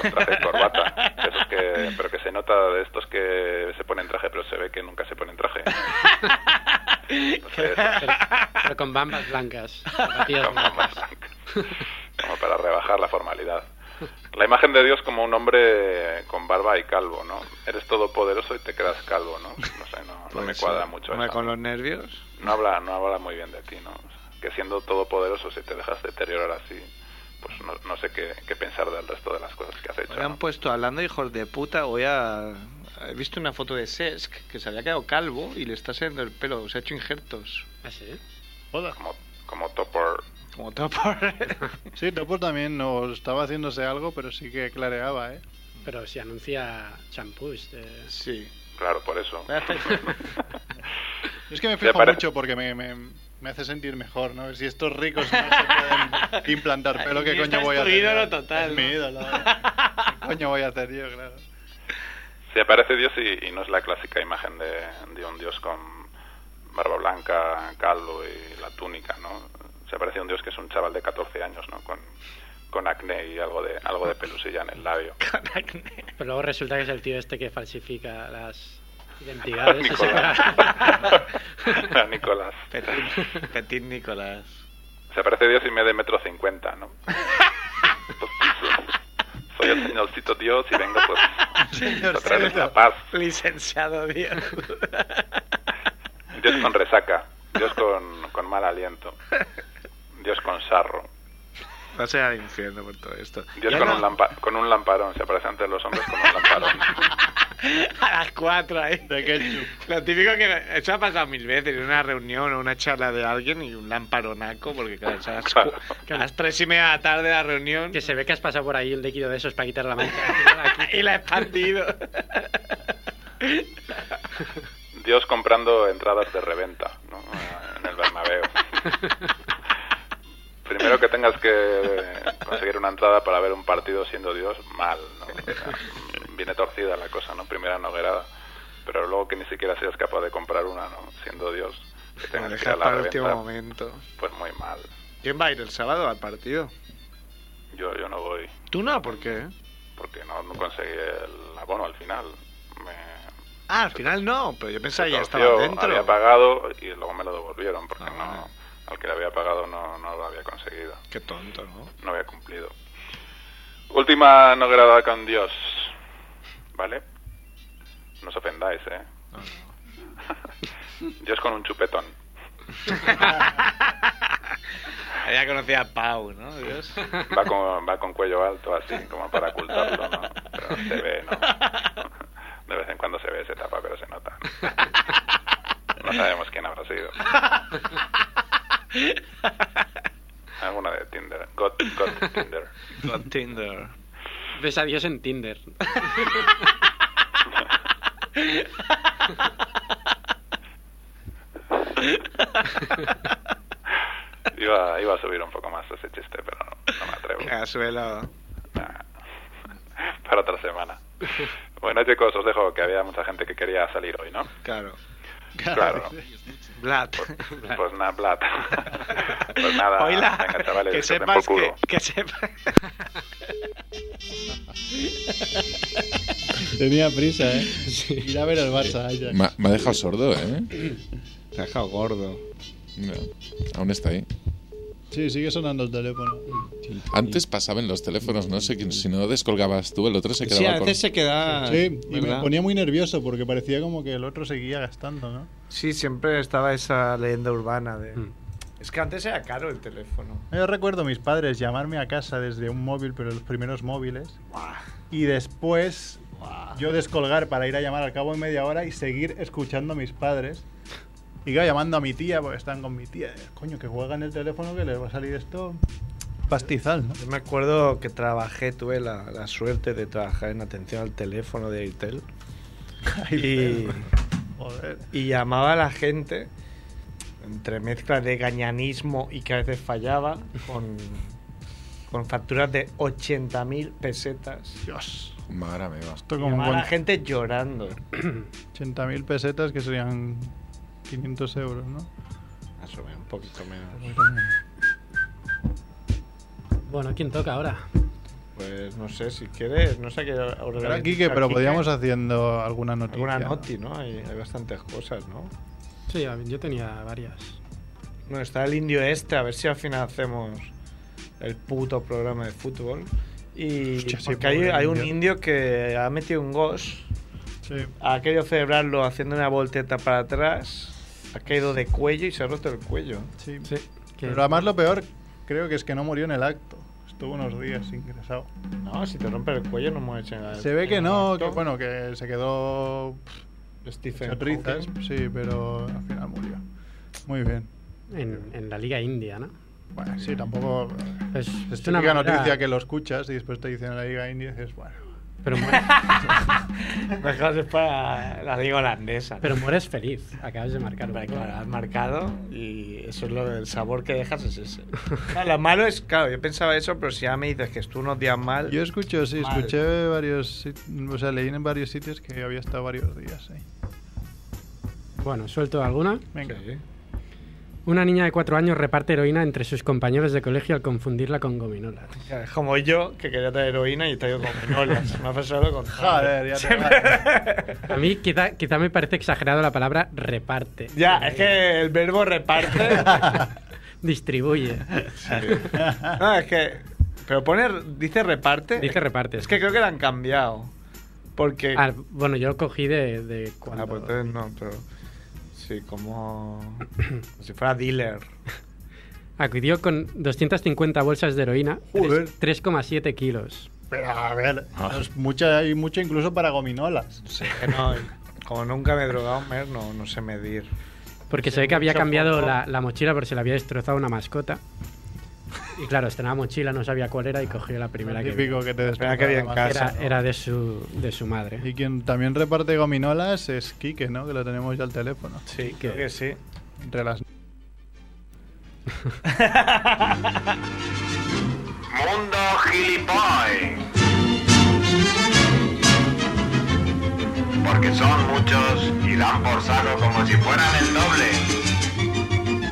[SPEAKER 10] Con traje y corbata. De Esos que, pero que se nota de estos que se ponen traje, pero se ve que nunca se ponen traje. Entonces,
[SPEAKER 4] Pero, pero con bambas blancas. zapatillas
[SPEAKER 10] como,
[SPEAKER 4] blancas.
[SPEAKER 10] como para rebajar la formalidad. La imagen de Dios como un hombre con barba y calvo, ¿no? Eres todopoderoso y te quedas calvo, ¿no? No sé, no, no me
[SPEAKER 2] Pues,
[SPEAKER 10] cuadra
[SPEAKER 2] eh,
[SPEAKER 10] mucho.
[SPEAKER 2] hombre,
[SPEAKER 10] eso.
[SPEAKER 2] con los nervios.
[SPEAKER 10] No habla, no habla muy bien de ti, ¿no? Que siendo todopoderoso, si te dejas deteriorar así, pues no, no sé qué, qué pensar del resto de las cosas que has hecho.
[SPEAKER 2] Me han
[SPEAKER 10] ¿no?
[SPEAKER 2] puesto hablando de hijos de puta. Hoy a... he visto una foto de Sesc que se había quedado calvo y le está saliendo el pelo. Se ha hecho injertos.
[SPEAKER 4] ¿Ah, sí?
[SPEAKER 6] Joda.
[SPEAKER 10] Como, como topor.
[SPEAKER 2] Como todo por.
[SPEAKER 6] Sí, Topor también no estaba haciéndose algo, pero sí que clareaba, ¿eh?
[SPEAKER 4] Pero si anuncia champús. eh. de-
[SPEAKER 2] sí.
[SPEAKER 10] Claro, por eso.
[SPEAKER 2] Voy a hacer-
[SPEAKER 6] Es que me
[SPEAKER 10] Ya
[SPEAKER 6] fijo
[SPEAKER 10] para-
[SPEAKER 6] mucho porque me, me, me hace sentir mejor, ¿no? Si estos ricos no se pueden implantar pelo, ¿qué
[SPEAKER 4] Y
[SPEAKER 6] coño
[SPEAKER 4] estás
[SPEAKER 6] voy a
[SPEAKER 4] tu
[SPEAKER 6] hacer?
[SPEAKER 4] ídolo
[SPEAKER 6] yo?
[SPEAKER 4] total,
[SPEAKER 6] Es
[SPEAKER 4] ¿no?
[SPEAKER 6] mi ídolo. ¿eh? ¿Qué coño voy a hacer yo, claro?
[SPEAKER 10] Se aparece Dios y, y no es la clásica imagen de, de un Dios con barba blanca, calvo y la túnica, ¿no? Se aparece un Dios que es un chaval de 14 años, ¿no? Con, con acné y algo de, algo de pelusilla en el labio.
[SPEAKER 4] Pero luego resulta que es el tío este que falsifica las identidades. o sea,
[SPEAKER 10] Nicolás. Nicolás.
[SPEAKER 2] Petit, Petit Nicolás.
[SPEAKER 10] Se aparece Dios y me de metro cincuenta, ¿no? Soy el señorcito Dios y vengo pues
[SPEAKER 1] Ah,
[SPEAKER 10] a traerles la paz.
[SPEAKER 2] Licenciado Dios.
[SPEAKER 10] Dios con resaca, Dios con, con mal aliento, Dios con sarro,
[SPEAKER 2] Va a ser al infierno por todo esto.
[SPEAKER 10] Dios
[SPEAKER 2] Ya
[SPEAKER 10] con
[SPEAKER 2] no-
[SPEAKER 10] un, lampa- con un lamparón, se aparece ante los hombres con un lamparón.
[SPEAKER 2] A las cuatro ahí.
[SPEAKER 6] De ketchup.
[SPEAKER 2] Lo típico que eso ha pasado mil veces en una reunión o una charla de alguien y un lamparonaco, porque claro, es a las, cu- a las tres y media de la tarde de la reunión
[SPEAKER 4] que se ve que has pasado por ahí un líquido de esos para quitar la mancha.
[SPEAKER 2] y la he expandido.
[SPEAKER 10] Dios comprando entradas de reventa ¿no? en el Bernabéu. Primero que tengas que conseguir una entrada para ver un partido siendo Dios, mal. ¿no? O sea, viene torcida la cosa, ¿no? Primera noguerada. Pero luego que ni siquiera seas capaz de comprar una, ¿no? Siendo Dios. Que
[SPEAKER 1] Lo
[SPEAKER 10] tengas que ir a
[SPEAKER 1] dejas
[SPEAKER 10] la
[SPEAKER 1] para el último
[SPEAKER 10] reventa,
[SPEAKER 1] momento.
[SPEAKER 10] pues muy mal.
[SPEAKER 1] ¿Quién va a ir el sábado al partido?
[SPEAKER 10] Yo, yo no voy
[SPEAKER 1] ¿Tú no? ¿Por qué?
[SPEAKER 10] porque no, no conseguí el abono al final. Me,
[SPEAKER 1] Ah, al final no, pero yo pensaba que ya
[SPEAKER 10] Yo
[SPEAKER 1] estaba dentro.
[SPEAKER 10] Había pagado y luego me lo devolvieron porque
[SPEAKER 1] Ah,
[SPEAKER 10] no, al que le había pagado no, no lo había conseguido,
[SPEAKER 1] Qué tonto, ¿no?
[SPEAKER 10] no había cumplido. Última noguerada con Dios, ¿vale? No os ofendáis, ¿eh? Dios con un chupetón.
[SPEAKER 1] Ella conocía a Pau, ¿no? Dios.
[SPEAKER 10] Va con, va con cuello alto así, como para ocultarlo, ¿no? Pero se ve, ¿no? De vez en cuando se ve, se tapa, pero se nota. No sabemos quién habrá sido. Alguna de Tinder. God, God Tinder.
[SPEAKER 1] Con Tinder.
[SPEAKER 4] Ves a Dios en Tinder.
[SPEAKER 10] Iba, iba a subir un poco más ese chiste, pero no, no me atrevo.
[SPEAKER 1] Casuelo.
[SPEAKER 10] Para otra semana. Bueno, chicos, os dejo que había mucha gente que quería salir hoy, ¿no?
[SPEAKER 1] Claro.
[SPEAKER 10] Claro.
[SPEAKER 1] Vlad.
[SPEAKER 10] Pues nada, plata. Pues nada,
[SPEAKER 1] Oila,
[SPEAKER 10] venga, chavales,
[SPEAKER 1] que
[SPEAKER 10] que os den por
[SPEAKER 1] sepas que,
[SPEAKER 10] culo.
[SPEAKER 1] que sepas.
[SPEAKER 6] Tenía prisa, ¿eh? Ir a ver al Barça, Ajax.
[SPEAKER 3] Me, ha- me ha dejado sordo, ¿eh?
[SPEAKER 1] Te ha dejado gordo.
[SPEAKER 3] No, aún está ahí.
[SPEAKER 6] Sí, sigue sonando el teléfono.
[SPEAKER 3] Antes pasaba en los teléfonos, no sé, quién- si no descolgabas tú, el otro se
[SPEAKER 2] Sí,
[SPEAKER 3] quedaba
[SPEAKER 2] a
[SPEAKER 3] con...
[SPEAKER 2] veces se queda.
[SPEAKER 6] Sí, y me
[SPEAKER 2] ¿verdad?
[SPEAKER 6] ponía muy nervioso porque parecía como que el otro seguía gastando, ¿no?
[SPEAKER 1] Sí, siempre estaba esa leyenda urbana de.
[SPEAKER 6] Mm.
[SPEAKER 1] Es que antes era caro el teléfono.
[SPEAKER 6] Yo recuerdo a mis padres llamarme a casa desde un móvil, pero los primeros móviles. Y después yo descolgar para ir a llamar al cabo de media hora y seguir escuchando a mis padres. Y claro, llamando a mi tía, porque están con mi tía. Coño, que juegan el teléfono que les va a salir esto pastizal, ¿no?
[SPEAKER 1] Yo me acuerdo que trabajé, tuve la, la suerte de trabajar en atención al teléfono de Airtel. y,
[SPEAKER 6] Joder.
[SPEAKER 1] y llamaba a la gente entre mezclas de gañanismo y que a veces fallaba con, con facturas de 80.000 pesetas.
[SPEAKER 6] Dios.
[SPEAKER 3] Madre mía.
[SPEAKER 6] Esto como
[SPEAKER 1] Llamaba a la
[SPEAKER 6] con
[SPEAKER 1] gente llorando.
[SPEAKER 6] 80.000 pesetas que serían 500 euros, ¿no?
[SPEAKER 1] Más o menos, un poquito menos.
[SPEAKER 4] Bueno, ¿quién toca ahora?
[SPEAKER 1] Pues no sé, si quieres, no sé qué
[SPEAKER 6] Era
[SPEAKER 1] ahora
[SPEAKER 6] Quique, pero podíamos haciendo alguna noticia.
[SPEAKER 1] Alguna
[SPEAKER 6] ¿no?
[SPEAKER 1] noti, ¿no? Hay, hay bastantes cosas, ¿no?
[SPEAKER 4] Sí, a- yo tenía varias.
[SPEAKER 1] No, está el indio este, a ver si al final hacemos el puto programa de fútbol. Y
[SPEAKER 6] Hostia, sí,
[SPEAKER 1] porque hay,
[SPEAKER 6] pobre
[SPEAKER 1] hay un
[SPEAKER 6] indio.
[SPEAKER 1] indio que ha metido un gos,
[SPEAKER 6] Sí.
[SPEAKER 1] ha querido celebrarlo haciendo una volteta para atrás, ha caído de cuello y se ha roto el cuello.
[SPEAKER 6] Sí.
[SPEAKER 4] Sí. que-
[SPEAKER 6] Pero además lo peor, creo que es que no murió en el acto. Estuvo unos días ingresado.
[SPEAKER 1] No, si te rompe el cuello no mueres en el-
[SPEAKER 6] Se ve que
[SPEAKER 1] en el
[SPEAKER 6] no,
[SPEAKER 1] acto.
[SPEAKER 6] que bueno, que se quedó pff,
[SPEAKER 1] Stephen
[SPEAKER 6] hecho trizas,
[SPEAKER 1] Hawking.
[SPEAKER 6] sí, pero al final murió. Muy bien.
[SPEAKER 4] en, en la Liga India, ¿no?
[SPEAKER 6] Bueno, sí, tampoco eh,
[SPEAKER 4] Pues,
[SPEAKER 6] es
[SPEAKER 4] es
[SPEAKER 6] típica
[SPEAKER 4] una manera-
[SPEAKER 6] noticia que lo escuchas y después te dicen la Liga India y dices, bueno,
[SPEAKER 4] Pero, mueres,
[SPEAKER 1] Mejor es para la liga holandesa. ¿no?
[SPEAKER 4] pero mueres feliz. Acabas de marcar un
[SPEAKER 1] Hombre,
[SPEAKER 4] gol.
[SPEAKER 1] claro, has marcado y eso es lo del sabor que dejas es ese. Claro, lo malo es, claro, yo pensaba eso, pero si ya me dices que estuvo unos días mal,
[SPEAKER 6] yo escucho, sí,
[SPEAKER 1] Mal.
[SPEAKER 6] escuché varios, sit- o sea, leí en varios sitios que había estado varios días ahí.
[SPEAKER 4] Bueno, suelto alguna.
[SPEAKER 6] Venga.
[SPEAKER 1] Sí.
[SPEAKER 4] Una niña de cuatro años reparte heroína entre sus compañeros de colegio al confundirla con gominolas.
[SPEAKER 1] claro, es como yo que quería traer heroína y he traído con gominolas. me ha pasado lo contrario.
[SPEAKER 6] Joder, ya te vas.
[SPEAKER 4] A mí quizá, quizá me parece exagerado la palabra reparte.
[SPEAKER 1] Ya, es que el verbo reparte.
[SPEAKER 4] Distribuye.
[SPEAKER 1] no, es que. Pero pone. Dice reparte.
[SPEAKER 4] Dice reparte.
[SPEAKER 1] Es que creo que la han cambiado. Porque.
[SPEAKER 4] Ah, bueno, yo lo cogí de, de cuando...
[SPEAKER 1] Ah, pues entonces no, pero. Sí, como. como si fuera dealer.
[SPEAKER 4] Acudió con 250 bolsas de heroína,
[SPEAKER 6] Joder.
[SPEAKER 4] 3,7 kilos.
[SPEAKER 6] Pero a ver, es mucha, hay mucho incluso para gominolas.
[SPEAKER 1] Sí, que no, como nunca me he drogado, Mer, no, no sé medir.
[SPEAKER 4] Porque
[SPEAKER 1] Sí,
[SPEAKER 4] se ve que había
[SPEAKER 1] mucho
[SPEAKER 4] cambiado
[SPEAKER 1] poco.
[SPEAKER 4] la, la mochila porque se le había destrozado una mascota. Y claro, estrenaba mochila, no sabía cuál era y cogí la primera que vi.
[SPEAKER 6] típico que te
[SPEAKER 1] Espera que
[SPEAKER 6] despertaba
[SPEAKER 1] había
[SPEAKER 6] la
[SPEAKER 1] en
[SPEAKER 6] madre.
[SPEAKER 4] Era, era de, su, de su madre.
[SPEAKER 6] Y quien también reparte gominolas es Quique, ¿no? Que lo tenemos ya al teléfono.
[SPEAKER 1] Sí, creo que sí.
[SPEAKER 6] Entre las...
[SPEAKER 10] Mundo Gilipoy. Porque son muchos y dan por saco como si fueran el doble.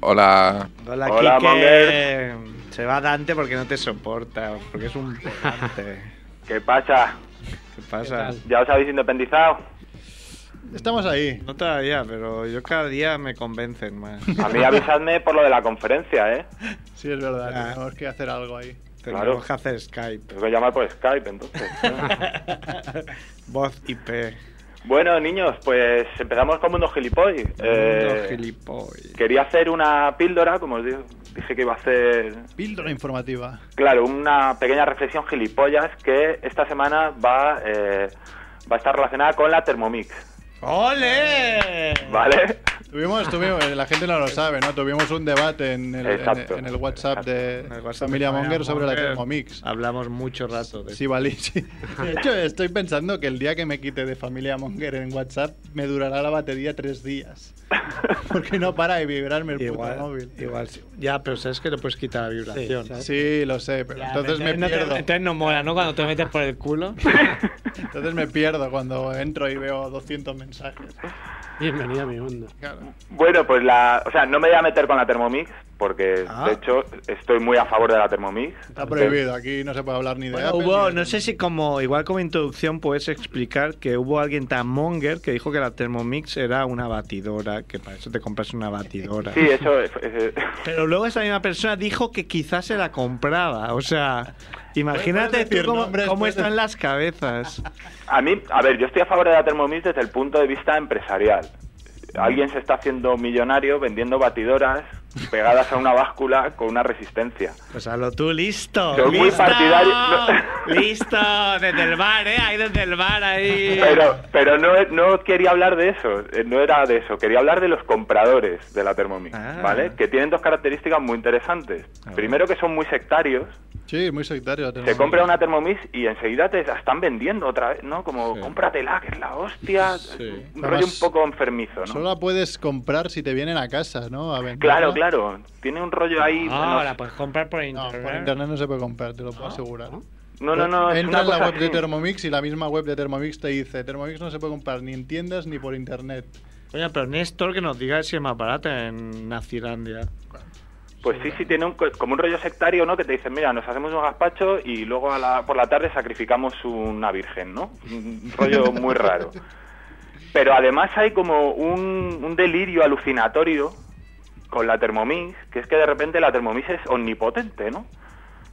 [SPEAKER 3] Hola.
[SPEAKER 1] Hola,
[SPEAKER 10] Hola,
[SPEAKER 1] Quique. Se va Dante porque no te soporta, porque es un pedante.
[SPEAKER 10] ¿Qué pasa?
[SPEAKER 1] ¿Qué pasa?
[SPEAKER 4] ¿Qué
[SPEAKER 10] ¿Ya os habéis independizado?
[SPEAKER 6] Estamos ahí.
[SPEAKER 1] No todavía, pero yo cada día me convencen más.
[SPEAKER 10] A mí avisadme por lo de la conferencia, ¿eh?
[SPEAKER 6] Sí, es verdad.
[SPEAKER 1] Ah.
[SPEAKER 6] Tenemos que hacer algo ahí.
[SPEAKER 1] Tenemos que hacer Skype.
[SPEAKER 10] Tengo que llamar por Skype, entonces.
[SPEAKER 1] Voz IP.
[SPEAKER 10] bueno, niños, pues empezamos con Mundo Gilipoy.
[SPEAKER 1] Mundo
[SPEAKER 10] Eh,
[SPEAKER 1] gilipoy.
[SPEAKER 10] quería hacer una píldora, como os di- dije que iba a hacer
[SPEAKER 6] Píldora informativa.
[SPEAKER 10] Claro, una pequeña reflexión gilipollas que esta semana va, eh, va a estar relacionada con la Thermomix,
[SPEAKER 1] ¡Ole!
[SPEAKER 10] ¿vale?
[SPEAKER 6] Tuvimos, tuvimos, la gente no lo sabe, ¿no? Tuvimos un debate en el, en-
[SPEAKER 10] Exacto.
[SPEAKER 6] en el WhatsApp de
[SPEAKER 1] En el WhatsApp
[SPEAKER 6] Familia
[SPEAKER 1] de
[SPEAKER 6] Monger sobre
[SPEAKER 1] Monger.
[SPEAKER 6] la
[SPEAKER 1] Ah, pues.
[SPEAKER 6] Thermomix.
[SPEAKER 1] Hablamos mucho rato de
[SPEAKER 6] Sí, vale, sí. De hecho, estoy pensando que el día que me quite de Familia Monger en WhatsApp me durará la batería tres días. Porque no para de vibrarme el
[SPEAKER 1] igual,
[SPEAKER 6] puto móvil.
[SPEAKER 1] igual sí. Ya, pero sabes que le puedes quitar la vibración.
[SPEAKER 6] Sí, lo sé, pero entonces me
[SPEAKER 1] no,
[SPEAKER 6] pierdo.
[SPEAKER 1] Entonces no mola, ¿no? Cuando te metes por el culo.
[SPEAKER 6] Entonces me pierdo cuando entro y veo 200 mensajes.
[SPEAKER 4] Bienvenido a mi mundo.
[SPEAKER 6] Claro.
[SPEAKER 10] Bueno, pues la... O sea, no me voy a meter con la Thermomix porque,
[SPEAKER 1] Ah.
[SPEAKER 10] de hecho, estoy muy a favor de la Thermomix.
[SPEAKER 6] Está prohibido, aquí no se puede hablar ni de
[SPEAKER 1] Bueno,
[SPEAKER 6] Apple
[SPEAKER 1] hubo,
[SPEAKER 6] ni de-
[SPEAKER 1] no sé si como, igual como introducción puedes explicar que hubo alguien tan monger que dijo que la Thermomix era una batidora, que para eso te compras una batidora.
[SPEAKER 10] Sí, eso eh, es... es-
[SPEAKER 1] Pero luego esa misma persona dijo que quizás se la compraba. O sea, imagínate
[SPEAKER 6] Puedes decir
[SPEAKER 1] tú cómo,
[SPEAKER 6] nombres,
[SPEAKER 1] cómo
[SPEAKER 6] puedes-
[SPEAKER 1] están las cabezas.
[SPEAKER 10] A mí, a ver, yo estoy a favor de la Thermomix desde el punto de vista empresarial. Alguien se está haciendo millonario vendiendo batidoras pegadas a una báscula con una resistencia.
[SPEAKER 1] Pues hazlo tú, listo.
[SPEAKER 10] Soy muy
[SPEAKER 1] listo,
[SPEAKER 10] partidario- no.
[SPEAKER 1] listo, desde el bar, ¿eh? Ahí desde el bar, ahí.
[SPEAKER 10] Pero, pero no, no quería hablar de eso, eh, no era de eso, quería hablar de los compradores de la Thermomix,
[SPEAKER 1] Ah.
[SPEAKER 10] ¿vale? Que tienen dos características muy interesantes. Primero que son muy sectarios,
[SPEAKER 6] Sí, es muy sectario. la
[SPEAKER 10] se
[SPEAKER 6] Thermomix.
[SPEAKER 10] compra una Thermomix y enseguida te la están vendiendo otra vez, ¿no? Como, cómpratela, que es la hostia, un rollo un
[SPEAKER 6] Además,
[SPEAKER 10] poco enfermizo, ¿no?
[SPEAKER 6] Solo la puedes comprar si te vienen a casa, ¿no? A venderla.
[SPEAKER 10] Claro, claro, tiene un rollo ahí...
[SPEAKER 1] No,
[SPEAKER 10] no,
[SPEAKER 1] Ah, la puedes pues comprar por
[SPEAKER 6] No,
[SPEAKER 1] internet. Ah.
[SPEAKER 6] por internet no se puede comprar, te lo puedo asegurar. Pues
[SPEAKER 10] no, no, no, es
[SPEAKER 6] Entra
[SPEAKER 10] una
[SPEAKER 6] en la
[SPEAKER 10] cosa
[SPEAKER 6] web de
[SPEAKER 10] así.
[SPEAKER 6] Thermomix y la misma web de Thermomix te dice: Thermomix no se puede comprar ni en tiendas ni por internet.
[SPEAKER 1] Oye, pero Néstor que nos diga si es más barata en Nacilandia.
[SPEAKER 10] Pues sí, sí, tiene un, co- como un rollo sectario, ¿no? Que te dicen, mira, nos hacemos un gazpacho y luego a la- por la tarde sacrificamos una virgen, ¿no? Un rollo muy raro. Pero además hay como un, un delirio alucinatorio con la Thermomix, que es que de repente la Thermomix es omnipotente, ¿no?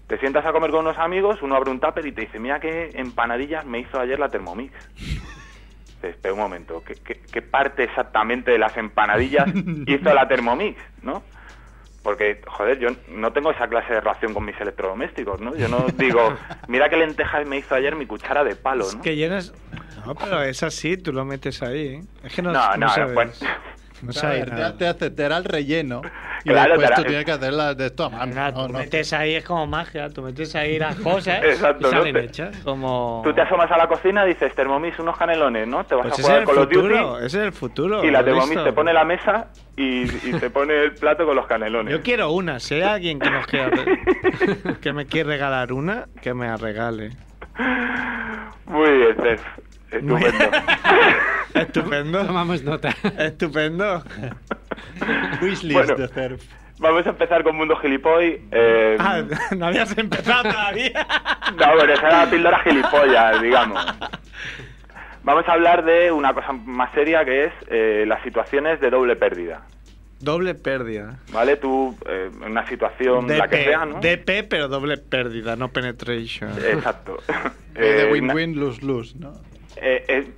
[SPEAKER 10] Te sientas a comer con unos amigos, uno abre un tupper y te dice, mira qué empanadillas me hizo ayer la Thermomix. Dices, Espera un momento, ¿qué, qué, qué parte exactamente de las empanadillas hizo la Thermomix, no? Porque, joder, yo no tengo esa clase de relación con mis electrodomésticos, ¿no? Yo no digo, mira qué lentejas me hizo ayer mi cuchara de palo,
[SPEAKER 1] Es
[SPEAKER 10] ¿no?
[SPEAKER 1] que llenas. No, pero es así, tú lo metes ahí. ¿eh? Es que no,
[SPEAKER 10] No,
[SPEAKER 1] no
[SPEAKER 10] no,
[SPEAKER 1] sabes.
[SPEAKER 10] bueno.
[SPEAKER 1] No
[SPEAKER 6] A
[SPEAKER 1] sabes
[SPEAKER 6] ver, te-
[SPEAKER 1] nada.
[SPEAKER 6] te, hace- te hará el relleno. Y
[SPEAKER 10] Claro, te
[SPEAKER 6] después
[SPEAKER 10] hará-
[SPEAKER 6] tú tienes que hacer la de esto a mano.
[SPEAKER 1] Nada,
[SPEAKER 6] Ah, No,
[SPEAKER 1] tú
[SPEAKER 6] no.
[SPEAKER 1] metes ahí, es como magia, tú metes ahí las cosas
[SPEAKER 10] Exacto,
[SPEAKER 1] y
[SPEAKER 10] ¿no?
[SPEAKER 1] salen
[SPEAKER 10] Te-
[SPEAKER 1] hechas. Como...
[SPEAKER 10] Tú te asomas a la cocina y dices, Thermomix, unos canelones, ¿no? Te vas
[SPEAKER 1] Pues ese
[SPEAKER 10] a
[SPEAKER 1] es
[SPEAKER 10] jugar
[SPEAKER 1] el
[SPEAKER 10] con los
[SPEAKER 1] futuro,
[SPEAKER 10] duty
[SPEAKER 1] ese es el futuro.
[SPEAKER 10] y la
[SPEAKER 1] lo he
[SPEAKER 10] Thermomix
[SPEAKER 1] visto.
[SPEAKER 10] te pone la mesa y, y te pone el plato con los canelones.
[SPEAKER 1] Yo quiero una, si hay alguien que nos quiera re- que me quiere regalar una, que me la regale.
[SPEAKER 10] Muy bien, Cef. Estupendo.
[SPEAKER 1] Estupendo.
[SPEAKER 4] Tomamos nota.
[SPEAKER 1] Estupendo.
[SPEAKER 6] Wishlist
[SPEAKER 10] Bueno.
[SPEAKER 6] de surf.
[SPEAKER 10] Vamos a empezar con Mundo Gilipoy. eh,
[SPEAKER 1] Ah, no habías empezado todavía.
[SPEAKER 10] No, pero esa era la píldora gilipollas, digamos. Vamos a hablar de una cosa más seria que es eh, las situaciones de doble pérdida.
[SPEAKER 1] Doble pérdida.
[SPEAKER 10] ¿Vale? Tú, eh, en una situación, la que sea, ¿no?
[SPEAKER 1] DP, pero doble pérdida, no penetration.
[SPEAKER 10] Exacto.
[SPEAKER 6] Eh,
[SPEAKER 10] Eh,
[SPEAKER 6] de
[SPEAKER 10] na-
[SPEAKER 6] win-win, lose-lose, ¿no?
[SPEAKER 10] eh, eh,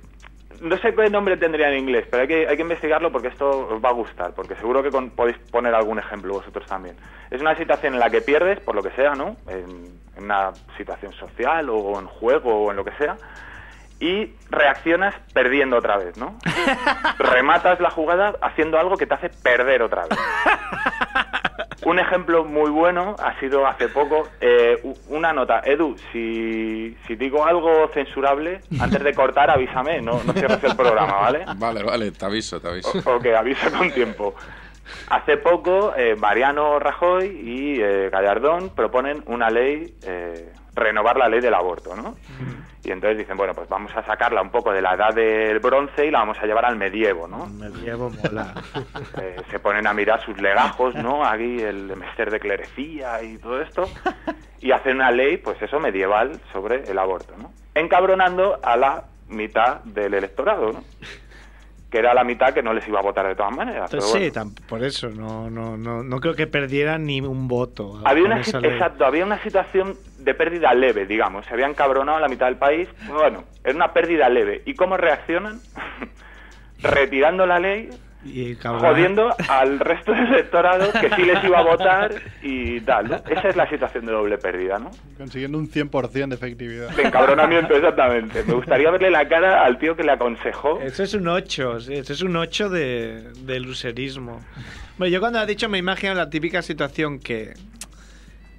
[SPEAKER 10] No sé qué nombre tendría en inglés, pero hay que, hay que investigarlo porque esto os va a gustar, porque seguro que con- podéis poner algún ejemplo vosotros también. Es una situación en la que pierdes, por lo que sea, ¿no? En, en una situación social o en juego o en lo que sea, y reaccionas perdiendo otra vez, ¿no? Rematas la jugada haciendo algo que te hace perder otra vez. Un ejemplo muy bueno ha sido hace poco eh, u- una nota. Edu, si, si digo algo censurable, antes de cortar avísame, no, no cierres el programa, ¿vale?
[SPEAKER 3] Vale, vale, te aviso, te aviso.
[SPEAKER 10] O, o que avisa con tiempo. Hace poco, eh, Mariano Rajoy y eh, Gallardón proponen una ley, eh, renovar la ley del aborto, ¿no? Y entonces dicen, bueno, pues vamos a sacarla un poco de la edad del bronce y la vamos a llevar al medievo, ¿no?
[SPEAKER 1] Me llevo mola.
[SPEAKER 10] Eh, se ponen a mirar sus legajos, ¿no? Aquí el mester de clerecía y todo esto, y hacen una ley, pues eso, medieval sobre el aborto, ¿no? Encabronando a la mitad del electorado, ¿no? Que era la mitad que no les iba a votar de todas maneras. pero
[SPEAKER 1] Entonces,
[SPEAKER 10] bueno.
[SPEAKER 1] sí, tam- por eso no, no, no, no creo que perdiera ni un voto.
[SPEAKER 10] Había
[SPEAKER 1] con
[SPEAKER 10] una,
[SPEAKER 1] esa
[SPEAKER 10] sit-
[SPEAKER 1] ley.
[SPEAKER 10] exacto, había una situación de pérdida leve, digamos. Se habían cabronado la mitad del país. Bueno, es una pérdida leve. ¿Y cómo reaccionan? Retirando la ley,
[SPEAKER 1] Y el cabrón-
[SPEAKER 10] jodiendo al resto del electorado que sí les iba a votar y tal. ¿no? Esa es la situación de doble pérdida, ¿no?
[SPEAKER 6] Consiguiendo un 100% de efectividad.
[SPEAKER 10] De encabronamiento, exactamente. Me gustaría verle la cara al tío que le aconsejó.
[SPEAKER 1] Eso es un 8, sí, eso es un 8 de, de lucerismo. Bueno, yo cuando has dicho me imagino la típica situación que,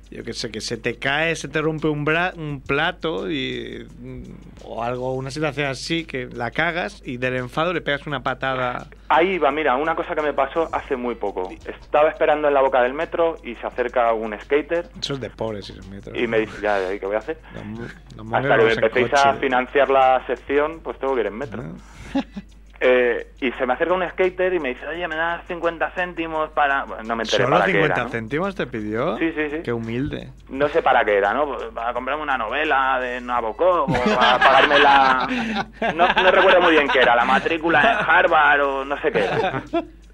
[SPEAKER 1] yo qué sé, que se te cae, se te rompe un, bra- un plato y, mm, o algo, una situación así, que la cagas y del enfado le pegas una patada.
[SPEAKER 10] Ahí va, mira, una cosa que me pasó hace muy poco. Estaba esperando en la boca del metro y se acerca un skater
[SPEAKER 1] Eso es de pobres, si se mete.
[SPEAKER 10] y me dice, ya, ya, ¿y ¿qué voy a hacer?
[SPEAKER 1] Los mo- los monos
[SPEAKER 10] Hasta que
[SPEAKER 1] no usan
[SPEAKER 10] empecéis
[SPEAKER 1] coche.
[SPEAKER 10] a financiar la sección, pues tengo que ir en metro. Eh, y se me acerca un skater y me dice, oye, me das 50 céntimos para... Bueno, no me enteré
[SPEAKER 1] ¿Solo
[SPEAKER 10] para qué
[SPEAKER 1] 50
[SPEAKER 10] era, ¿no?
[SPEAKER 1] céntimos te pidió?
[SPEAKER 10] Sí, sí, sí.
[SPEAKER 1] Qué humilde.
[SPEAKER 10] No sé para qué era, ¿no? Pues Para comprarme una novela de Nabokov o para pagarme la... No, no recuerdo muy bien qué era, la matrícula en Harvard o no sé qué era.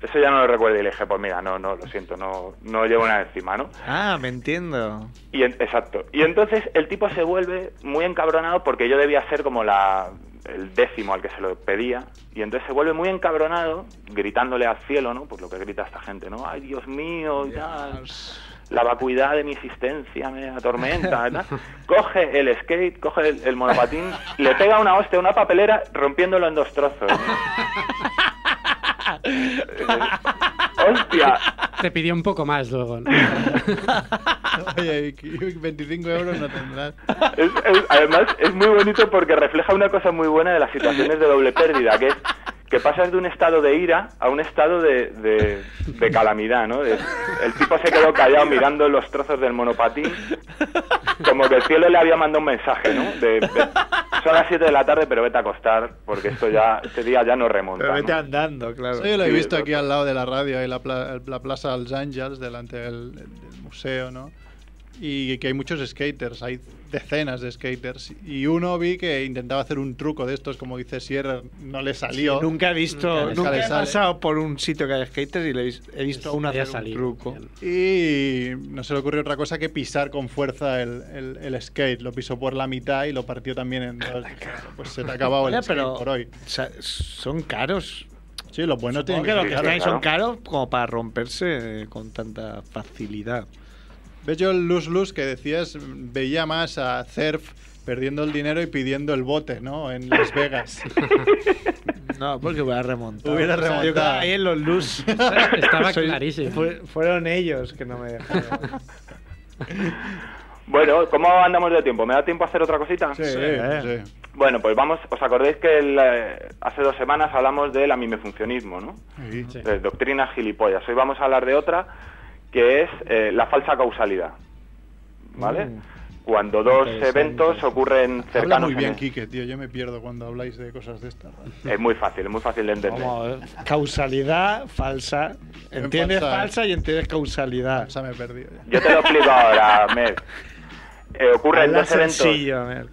[SPEAKER 10] Eso ya no lo recuerdo y le dije, pues mira, no, no, lo siento, no, no llevo nada encima, ¿no?
[SPEAKER 1] Ah, me entiendo.
[SPEAKER 10] Y en- exacto. Y entonces el tipo se vuelve muy encabronado porque yo debía ser como la, el décimo al que se lo pedía. Y entonces se vuelve muy encabronado, gritándole al cielo, ¿no? Pues lo que grita esta gente, ¿no? Ay, Dios mío, y tal. La vacuidad de mi existencia me atormenta, ¿verdad? Coge el skate, coge el, el monopatín, le pega una hostia, a una papelera, rompiéndolo en dos trozos. ¿no? Eh, ¡Hostia!
[SPEAKER 4] Te pidió un poco más luego. ¿no?
[SPEAKER 6] Oye, y- y 25 euros no tendrás.
[SPEAKER 10] Es- es- además, es muy bonito porque refleja una cosa muy buena de las situaciones de doble pérdida, que es que pasas de un estado de ira a un estado de, de- de calamidad, ¿no? Es- el tipo se quedó callado mirando los trozos del monopatín, como que el cielo le había mandado un mensaje, ¿no? De, de- son las 7 de la tarde, pero vete a acostar, porque esto ya, este día ya no remonta.
[SPEAKER 1] Pero vete
[SPEAKER 10] ¿no?
[SPEAKER 1] andando, claro.
[SPEAKER 6] Eso yo lo he
[SPEAKER 10] Sí,
[SPEAKER 6] visto
[SPEAKER 10] lo-
[SPEAKER 6] aquí al lado de la radio, en la, pla- la Plaza Los Ángels, delante del, del museo, ¿no? Y que hay muchos skaters, hay decenas de skaters. Y uno vi que intentaba hacer un truco de estos, como dice Sierra, no le salió.
[SPEAKER 1] Nunca he visto,
[SPEAKER 6] Nunca
[SPEAKER 1] nunca,
[SPEAKER 6] le
[SPEAKER 1] he
[SPEAKER 6] sale.
[SPEAKER 1] pasado por un sitio que haya skaters y le he vis- he visto a uno
[SPEAKER 4] Ya
[SPEAKER 1] hacer un
[SPEAKER 4] salió.
[SPEAKER 1] truco.
[SPEAKER 6] Y no se le ocurrió otra cosa que pisar con fuerza el, el- el skate. Lo pisó por la mitad y lo partió también en dos. Pues se te ha acabado el
[SPEAKER 1] Oye,
[SPEAKER 6] skate por hoy.
[SPEAKER 1] o sea, son caros.
[SPEAKER 6] Sí, los buenos tienen
[SPEAKER 1] Supongo que los
[SPEAKER 10] ser
[SPEAKER 1] que
[SPEAKER 10] caros,
[SPEAKER 1] traen son caros como para romperse eh, con tanta facilidad.
[SPEAKER 6] ¿Ves yo el luz luz que decías? Veía más a Cerf perdiendo el dinero y pidiendo el bote, ¿no? En Las Vegas.
[SPEAKER 1] No, porque hubiera remontado.
[SPEAKER 6] Hubiera
[SPEAKER 1] O sea, yo
[SPEAKER 6] remontado.
[SPEAKER 1] estaba ahí en los luz.
[SPEAKER 4] Estaba
[SPEAKER 1] Soy-
[SPEAKER 4] clarísimo.
[SPEAKER 1] fue- fueron ellos que no me dejaron.
[SPEAKER 10] Bueno, ¿cómo andamos de tiempo? ¿Me da tiempo a hacer otra cosita?
[SPEAKER 6] Sí,
[SPEAKER 1] eh.
[SPEAKER 6] sí.
[SPEAKER 10] Bueno, pues vamos, ¿os acordáis que el, eh, hace dos semanas hablamos del amimefuncionismo, no?
[SPEAKER 4] Sí.
[SPEAKER 10] Eh, doctrina gilipollas. Hoy vamos a hablar de otra que es eh, la falsa causalidad. ¿Vale? Cuando dos
[SPEAKER 1] Interesante.
[SPEAKER 10] eventos ocurren
[SPEAKER 6] Habla
[SPEAKER 10] cercanos.
[SPEAKER 6] muy
[SPEAKER 10] en
[SPEAKER 6] bien,
[SPEAKER 10] el-
[SPEAKER 6] Quique, tío. Yo me pierdo cuando habláis de cosas de estas.
[SPEAKER 10] es muy fácil, es muy fácil de entender.
[SPEAKER 1] Vamos, causalidad falsa. Entiendes
[SPEAKER 6] Falsa, eh.
[SPEAKER 1] falsa y entiendes causalidad.
[SPEAKER 6] O sea, me he perdido ya.
[SPEAKER 10] Yo te lo explico ahora, Mer. Eh, ocurren
[SPEAKER 1] Habla
[SPEAKER 10] dos eventos.
[SPEAKER 1] sencillo, Merck.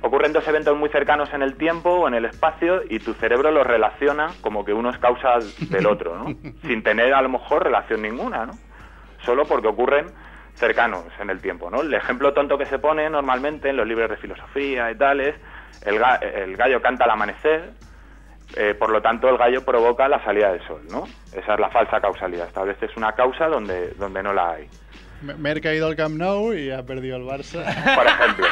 [SPEAKER 10] Ocurren dos eventos muy cercanos en el tiempo o en el espacio y tu cerebro los relaciona como que uno es causa del otro, ¿no? Sin tener a lo mejor relación ninguna, ¿no? Solo porque ocurren cercanos en el tiempo, ¿no? El ejemplo tonto que se pone normalmente en los libros de filosofía y tal es el, ga- el gallo canta al amanecer, eh, por lo tanto el gallo provoca la salida del sol, ¿no? Esa es la falsa causalidad, estableces una causa donde, donde no la hay.
[SPEAKER 6] Me- Merck ha ido al Camp Nou y ha perdido el Barça.
[SPEAKER 10] Por ejemplo,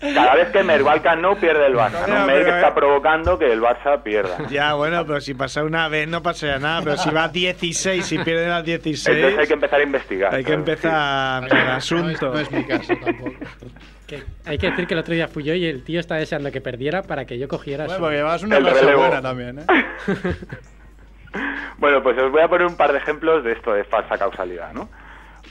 [SPEAKER 10] cada vez que Merck va al Camp Nou, pierde el Barça,
[SPEAKER 1] Ya,
[SPEAKER 10] ¿no? Merck
[SPEAKER 1] pero, eh.
[SPEAKER 10] está provocando que el Barça pierda.
[SPEAKER 1] Ya, bueno, pero si pasa una vez no pasa nada. Pero si va 16 y pierde las 16,
[SPEAKER 10] Entonces hay que empezar a investigar.
[SPEAKER 1] hay que empezar el asunto.
[SPEAKER 6] No es mi caso tampoco.
[SPEAKER 4] Hay que decir que el otro día fui yo y el tío estaba deseando que perdiera para que yo cogiera
[SPEAKER 6] Bueno,
[SPEAKER 4] su-
[SPEAKER 6] porque llevas una
[SPEAKER 10] El
[SPEAKER 6] cosa
[SPEAKER 10] relevo.
[SPEAKER 6] buena también, ¿eh?
[SPEAKER 10] Bueno, pues os voy a poner un par de ejemplos de esto de falsa causalidad, ¿no?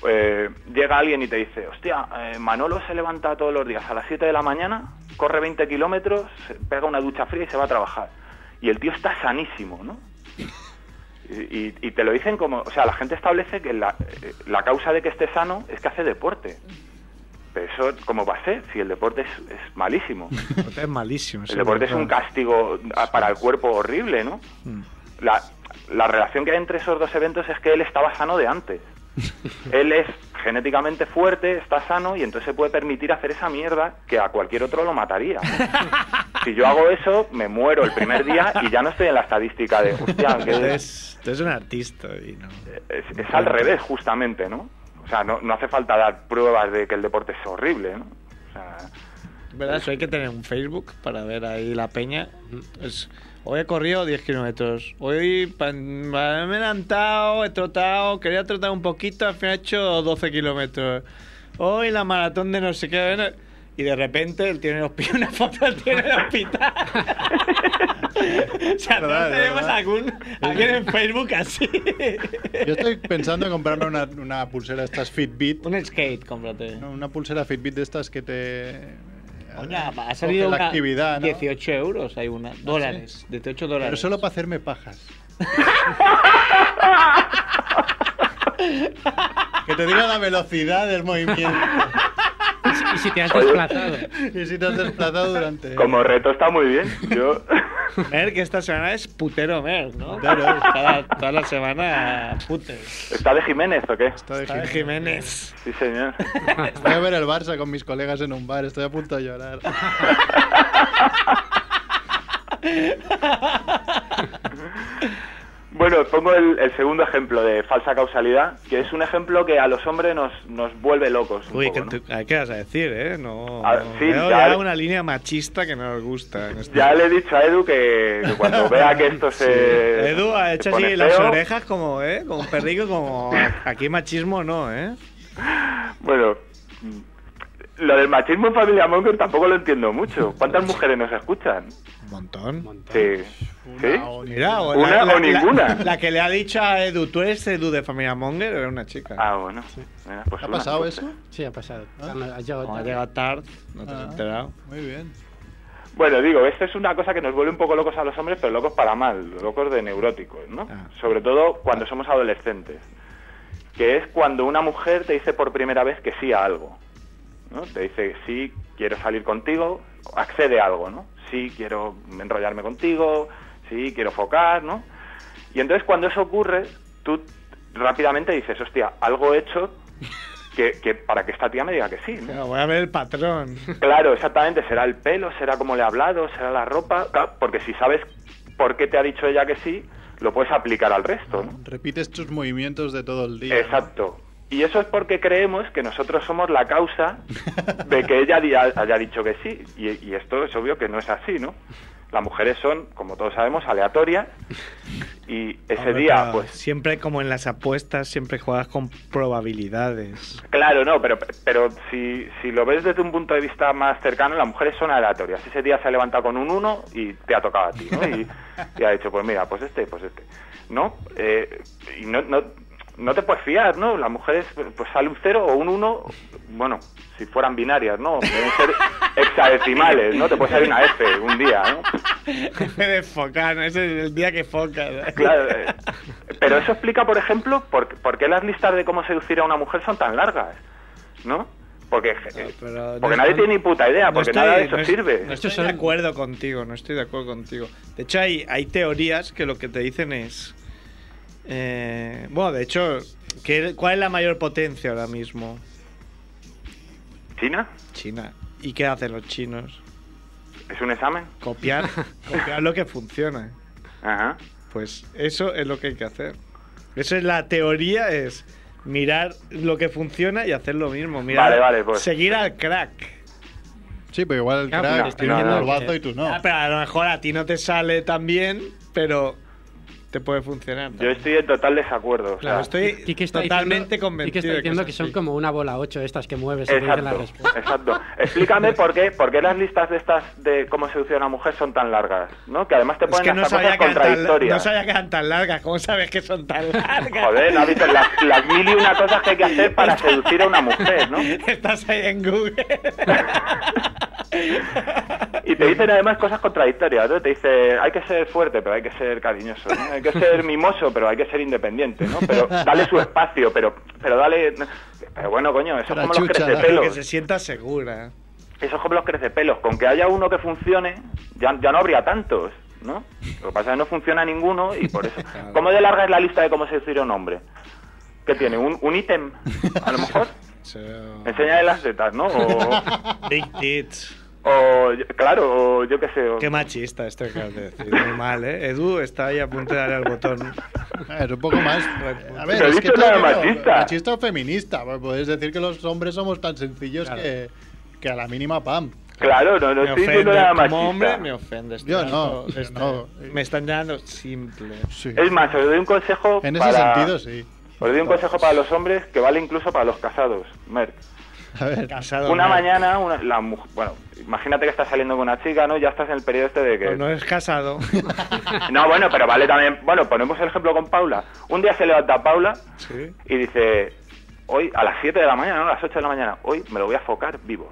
[SPEAKER 10] Eh, llega alguien y te dice, hostia, eh, Manolo se levanta todos los días a las 7 de la mañana, corre 20 kilómetros, se pega una ducha fría y se va a trabajar. Y el tío está sanísimo, ¿no? Y, y- y te lo dicen como, o sea, la gente establece que la, eh, la causa de que esté sano es que hace deporte. Pero eso, ¿cómo va a ser? Si el deporte es, es malísimo.
[SPEAKER 1] El deporte es malísimo.
[SPEAKER 10] El deporte es un castigo a- para el cuerpo horrible, ¿no? La, la relación que hay entre esos dos eventos es que él estaba sano de antes. él es genéticamente fuerte, está sano y entonces se puede permitir hacer esa mierda que a cualquier otro lo mataría. si yo hago eso, me muero el primer día y ya no estoy en la estadística de, hostia,
[SPEAKER 1] Tú
[SPEAKER 10] que
[SPEAKER 1] eres, tú eres un artista y no.
[SPEAKER 10] es, es al revés, justamente, ¿no? O sea, no, no hace falta dar pruebas de que el deporte es horrible, ¿no? O sea,
[SPEAKER 1] ¿Verdad? Eso hay que tener un Facebook para ver ahí la peña. Es, hoy he corrido 10 kilómetros. Hoy pa- me he adelantado, he trotado, quería trotar un poquito, al final he hecho 12 kilómetros. Hoy la maratón de no sé qué. bueno, Y de repente él tiene los pies, una foto del tío en el hospital. o sea,
[SPEAKER 6] Verdad,
[SPEAKER 1] todos tenemos
[SPEAKER 6] verdad.
[SPEAKER 1] algún, alguien en Facebook así.
[SPEAKER 6] Yo estoy pensando en comprarme una, una pulsera, estas Fitbit.
[SPEAKER 1] Un skate, cómprate.
[SPEAKER 6] ¿no? Una pulsera Fitbit de estas que te. eh,
[SPEAKER 1] Coña,
[SPEAKER 6] coge
[SPEAKER 1] ha salido
[SPEAKER 6] la
[SPEAKER 1] una
[SPEAKER 6] actividad, ¿no? ¿Ah,
[SPEAKER 1] 18 euros, hay una. Dólares, 18 dólares.
[SPEAKER 6] Pero solo para hacerme pajas. que te diga la velocidad del movimiento.
[SPEAKER 4] Y si te has desplazado.
[SPEAKER 6] Y si te has desplazado durante.
[SPEAKER 10] como reto está muy bien. Yo...
[SPEAKER 1] Merck esta semana es putero Merck, ¿no?
[SPEAKER 6] Claro.
[SPEAKER 1] Cada- toda la semana putes.
[SPEAKER 10] ¿Está de Jiménez o qué?
[SPEAKER 6] Estoy,
[SPEAKER 1] Está de Jiménez.
[SPEAKER 10] Sí, señor.
[SPEAKER 6] voy a ver el Barça con mis colegas en un bar, estoy a punto de llorar.
[SPEAKER 10] Bueno, os pongo el, el segundo ejemplo de falsa causalidad, que es un ejemplo que a los hombres nos, nos vuelve locos. un
[SPEAKER 1] Uy,
[SPEAKER 10] poco,
[SPEAKER 1] ¿qué,
[SPEAKER 10] ¿no?
[SPEAKER 1] tú- ¿qué vas a decir, eh? No.
[SPEAKER 10] A ver,
[SPEAKER 1] no.
[SPEAKER 10] sí,
[SPEAKER 1] Veo
[SPEAKER 10] ya-
[SPEAKER 1] ya una línea machista que no nos gusta. en este-
[SPEAKER 10] Ya le he dicho a Edu que, que cuando vea que esto se.
[SPEAKER 1] Edu ha
[SPEAKER 10] se
[SPEAKER 1] hecho
[SPEAKER 10] pone
[SPEAKER 1] así las
[SPEAKER 10] feo,
[SPEAKER 1] orejas como, ¿eh? Como un perrico, como. Aquí machismo no, ¿eh?
[SPEAKER 10] Bueno, lo del machismo en Familia Monger tampoco lo entiendo mucho. ¿Cuántas mujeres nos escuchan?
[SPEAKER 1] Un montón.
[SPEAKER 10] Sí. ¿Sí?
[SPEAKER 6] Una o ni-
[SPEAKER 1] Mira, o
[SPEAKER 10] Una o
[SPEAKER 1] la-
[SPEAKER 10] ninguna.
[SPEAKER 1] la que le ha dicho a Edu, ¿tú eres Edu de familia Monger? Era una chica.
[SPEAKER 10] Ah, bueno. Mira, pues
[SPEAKER 6] ¿Ha
[SPEAKER 10] una,
[SPEAKER 6] pasado
[SPEAKER 10] entonces.
[SPEAKER 6] eso?
[SPEAKER 4] Sí, ha pasado.
[SPEAKER 6] Ah.
[SPEAKER 4] No, has llegado
[SPEAKER 1] Como ha
[SPEAKER 4] tarde.
[SPEAKER 1] llegado tarde, no te has
[SPEAKER 6] Ah,
[SPEAKER 1] enterado.
[SPEAKER 6] Muy bien.
[SPEAKER 10] Bueno, digo, esto es una cosa que nos vuelve un poco locos a los hombres, pero locos para mal, locos de neuróticos, ¿no?
[SPEAKER 1] Ah.
[SPEAKER 10] Sobre todo cuando somos adolescentes, que es cuando una mujer te dice por primera vez que sí a algo, ¿no? Te dice, sí, quiero salir contigo, accede a algo, ¿no? Sí, quiero enrollarme contigo, sí, quiero focar, ¿no? Y entonces cuando eso ocurre, tú rápidamente dices, hostia, algo he hecho que, que para que esta tía me diga que sí, ¿no?
[SPEAKER 1] Claro, voy a ver el patrón.
[SPEAKER 10] Claro, exactamente. Será el pelo, será como le he hablado, será la ropa. Claro, porque si sabes por qué te ha dicho ella que sí, lo puedes aplicar al resto, ¿no?
[SPEAKER 6] Repites tus movimientos de todo el día. ¿no?
[SPEAKER 10] Exacto. Y eso es porque creemos que nosotros somos la causa de que ella di- haya dicho que sí. Y, y esto es obvio que no es así, ¿no? Las mujeres son, como todos sabemos, aleatorias. Y ese
[SPEAKER 1] Hombre,
[SPEAKER 10] día,
[SPEAKER 1] pero
[SPEAKER 10] pues
[SPEAKER 1] Ah, Siempre como en las apuestas, siempre juegas con probabilidades.
[SPEAKER 10] Claro, no, pero, pero si, si lo ves desde un punto de vista más cercano, las mujeres son aleatorias. Ese día se ha levantado con un 1 y te ha tocado a ti, ¿no? Y, y ha dicho, pues mira, pues este, pues este. ¿No? Eh, y no, no, no te puedes fiar, ¿no? Las mujeres, pues sale un 0 o un 1, bueno, si fueran binarias, ¿no? Deben ser hexadecimales, ¿no? Te puede salir una F un día, ¿no?
[SPEAKER 1] de focar, ¿no? ese es el día que focas. ¿no?
[SPEAKER 10] Claro, eh, pero eso explica, por ejemplo, por, por qué las listas de cómo seducir a una mujer son tan largas, ¿no? Porque, eh,
[SPEAKER 1] pero no
[SPEAKER 10] porque
[SPEAKER 1] es-
[SPEAKER 10] nadie tiene ni puta idea,
[SPEAKER 1] No
[SPEAKER 10] porque
[SPEAKER 1] estoy-
[SPEAKER 10] nada de eso
[SPEAKER 1] no es-
[SPEAKER 10] sirve.
[SPEAKER 1] No estoy de acuerdo contigo, no estoy de acuerdo contigo. De hecho, hay, hay teorías que lo que te dicen es... eh, bueno, de hecho, ¿qué- ¿cuál es la mayor potencia ahora mismo?
[SPEAKER 10] ¿China?
[SPEAKER 1] China. ¿Y qué hacen los chinos?
[SPEAKER 10] ¿Es un examen?
[SPEAKER 1] Copiar, copiar lo que funciona.
[SPEAKER 10] Ajá.
[SPEAKER 1] Pues eso es lo que hay que hacer. Eso es la teoría, es mirar lo que funciona y hacer lo mismo. Mirar,
[SPEAKER 6] Vale, vale, pues.
[SPEAKER 1] Seguir al crack.
[SPEAKER 6] Sí, pero igual el
[SPEAKER 1] Claro,
[SPEAKER 6] crack
[SPEAKER 1] no,
[SPEAKER 6] estoy
[SPEAKER 1] no,
[SPEAKER 6] viendo
[SPEAKER 1] no,
[SPEAKER 6] el
[SPEAKER 1] que-
[SPEAKER 6] bazo y tú no.
[SPEAKER 1] Ah, pero a lo mejor a ti no te sale tan bien, pero te puede funcionar.
[SPEAKER 10] Yo estoy en total desacuerdo. o
[SPEAKER 1] Claro,
[SPEAKER 10] sea,
[SPEAKER 1] estoy
[SPEAKER 4] Quique está
[SPEAKER 1] totalmente
[SPEAKER 4] diciendo,
[SPEAKER 1] convencido.
[SPEAKER 4] Quique está
[SPEAKER 1] de que
[SPEAKER 4] diciendo
[SPEAKER 1] es
[SPEAKER 4] que
[SPEAKER 1] así.
[SPEAKER 4] son como una bola 8 estas que mueves y te dicen la
[SPEAKER 10] Exacto,
[SPEAKER 4] respuesta.
[SPEAKER 10] exacto. Explícame por qué, por qué las listas de estas de cómo seducir a una mujer son tan largas, ¿no? Que además te
[SPEAKER 1] Es
[SPEAKER 10] ponen
[SPEAKER 1] que no
[SPEAKER 10] hasta
[SPEAKER 1] sabía
[SPEAKER 10] cosas
[SPEAKER 1] que, eran tan, no
[SPEAKER 10] contradictorias.
[SPEAKER 1] sabía que eran tan largas. ¿Cómo sabes que son tan largas?
[SPEAKER 10] Joder, ¿no has visto las, las mil y una cosas que hay que hacer para seducir a una mujer, ¿no?
[SPEAKER 1] Estás ahí en Google.
[SPEAKER 10] Y te dicen además cosas contradictorias, ¿no? Te dice, hay que ser fuerte, pero hay que ser cariñoso, ¿no? Hay que ser mimoso, pero hay que ser independiente, ¿no? Pero dale su espacio, pero pero dale... Pero bueno, coño, eso es como los
[SPEAKER 1] que
[SPEAKER 10] crecepelos.
[SPEAKER 1] se sienta segura.
[SPEAKER 10] Eso es como los crecepelos. Con que haya uno que funcione, ya, ya no habría tantos, ¿no? Lo que pasa es que no funciona ninguno y por eso... ¿Cómo de larga es la lista de cómo seducir a un hombre? ¿Qué tiene? ¿Un, un ítem? A lo mejor. Enseñale las tetas, ¿no? O,
[SPEAKER 1] Big tits.
[SPEAKER 10] o yo- claro, o yo qué sé. o-
[SPEAKER 1] Qué machista esto que acabas de decir. Muy mal, ¿eh? Edu está ahí a punto de darle al botón.
[SPEAKER 6] Es un poco más. A ver,
[SPEAKER 1] Pero he
[SPEAKER 6] es
[SPEAKER 1] dicho
[SPEAKER 6] que
[SPEAKER 1] nada
[SPEAKER 6] tú-
[SPEAKER 1] machista.
[SPEAKER 6] Machista o feminista. pues Puedes decir que los hombres somos tan sencillos que, que a la mínima pam.
[SPEAKER 10] Claro, no, no
[SPEAKER 1] Me
[SPEAKER 10] estoy
[SPEAKER 1] ofende.
[SPEAKER 10] diciendo nada machista.
[SPEAKER 1] Como hombre me ofendes.
[SPEAKER 6] Yo
[SPEAKER 1] Tanto,
[SPEAKER 6] no, yo
[SPEAKER 1] este,
[SPEAKER 6] no.
[SPEAKER 1] Me están llamando simple.
[SPEAKER 10] Es más, os doy un consejo
[SPEAKER 6] En ese
[SPEAKER 10] para...
[SPEAKER 6] sentido, sí.
[SPEAKER 10] Os doy un consejo para los hombres que vale incluso para los casados, Merck.
[SPEAKER 6] A ver.
[SPEAKER 1] Casado.
[SPEAKER 10] Una
[SPEAKER 1] no.
[SPEAKER 10] mañana, una, la mu- bueno, imagínate que estás saliendo con una chica, ¿no? Ya estás en el periodo este de que...
[SPEAKER 1] Pues no es casado.
[SPEAKER 10] No, bueno, pero vale también. Bueno, ponemos el ejemplo con Paula. Un día se levanta Paula
[SPEAKER 1] Sí.
[SPEAKER 10] y dice: Hoy, a las 7 de la mañana, no, a las 8 de la mañana, hoy me lo voy a focar vivo.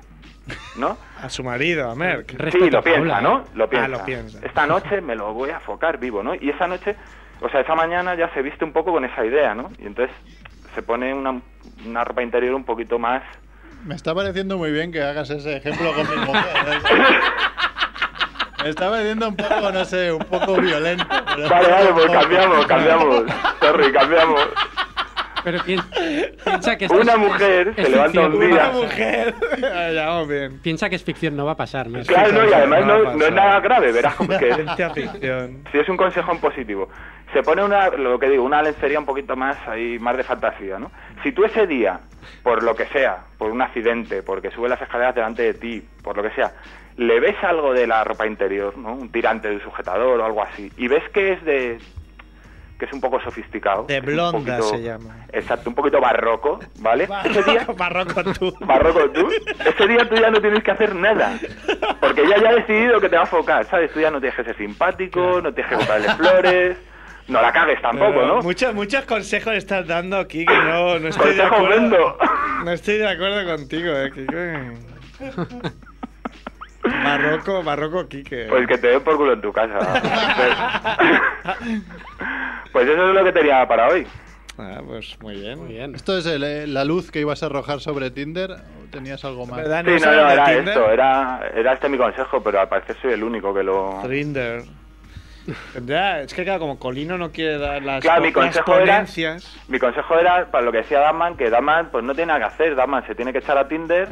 [SPEAKER 10] ¿No?
[SPEAKER 1] A su marido, a Merck.
[SPEAKER 10] sí, lo piensa, ¿no? Lo piensa.
[SPEAKER 1] Ah, lo piensa.
[SPEAKER 10] Esta noche me lo voy a focar vivo, ¿no? Y esa noche, o sea, esa mañana ya se viste un poco con esa idea, ¿no? Y entonces se pone una, una ropa interior un poquito más.
[SPEAKER 6] Me está pareciendo muy bien que hagas ese ejemplo con mi mujer. Me está pareciendo un poco, no sé, un poco violento. pero-
[SPEAKER 10] Vale, vale, pues cambiamos, cambiamos. Sorry, cambiamos.
[SPEAKER 4] Pero piensa, que esto
[SPEAKER 10] Una
[SPEAKER 4] es-
[SPEAKER 10] mujer
[SPEAKER 4] es
[SPEAKER 10] se levanta un
[SPEAKER 4] ficción.
[SPEAKER 10] día.
[SPEAKER 1] ya, vamos bien.
[SPEAKER 4] Piensa que es ficción, no va a pasar. ¿no?
[SPEAKER 10] Claro, no, y además no, no es nada grave, verás como que
[SPEAKER 1] Ciencia ficción.
[SPEAKER 10] si es un consejo en positivo. Se pone una, lo que digo, una lencería un poquito más ahí, más de fantasía, ¿no? Si tú ese día, por lo que sea, por un accidente, porque sube las escaleras delante de ti, por lo que sea, le ves algo de la ropa interior, ¿no? Un tirante de un sujetador o algo así, y ves que es de que es un poco sofisticado.
[SPEAKER 1] De
[SPEAKER 10] que es un
[SPEAKER 1] blonda
[SPEAKER 10] poquito-
[SPEAKER 1] se llama.
[SPEAKER 10] Exacto, un poquito barroco, ¿vale? Ese Este día
[SPEAKER 1] Barroco tú.
[SPEAKER 10] Barroco, tú, ese día tú ya no tienes que hacer nada. Porque ella ya ha decidido que te va a focar, ¿sabes? Tú ya no tienes que ser simpático, no tienes que comprarle flores, no la cagues tampoco,
[SPEAKER 1] Pero
[SPEAKER 10] ¿no? Pues
[SPEAKER 1] Muchos, muchos consejos estás dando aquí que no, no estoy de
[SPEAKER 10] Consejos
[SPEAKER 1] acuerdo.
[SPEAKER 10] vendo.
[SPEAKER 1] No estoy de acuerdo contigo, eh, Kike. Barroco, barroco Kike.
[SPEAKER 10] Pues que te den por culo en tu casa. pues eso es lo que tenía para hoy.
[SPEAKER 1] Ah, pues muy bien. Muy
[SPEAKER 4] bien.
[SPEAKER 6] Esto es el, eh, la luz que ibas a arrojar sobre Tinder. ¿o ¿Tenías algo más?
[SPEAKER 1] ¿Verdad?
[SPEAKER 10] Sí, no, no, era
[SPEAKER 1] Tinder?
[SPEAKER 10] esto, era, era este mi consejo, pero al parecer soy el único que lo...
[SPEAKER 1] Trinder. Ya, es que claro, como Colino no quiere dar las,
[SPEAKER 10] Claro, mi
[SPEAKER 1] las
[SPEAKER 10] consejo era-
[SPEAKER 1] ponencias.
[SPEAKER 10] Mi consejo era, para lo que decía Daman, que Daman pues no tiene nada que hacer, Daman se tiene que echar a Tinder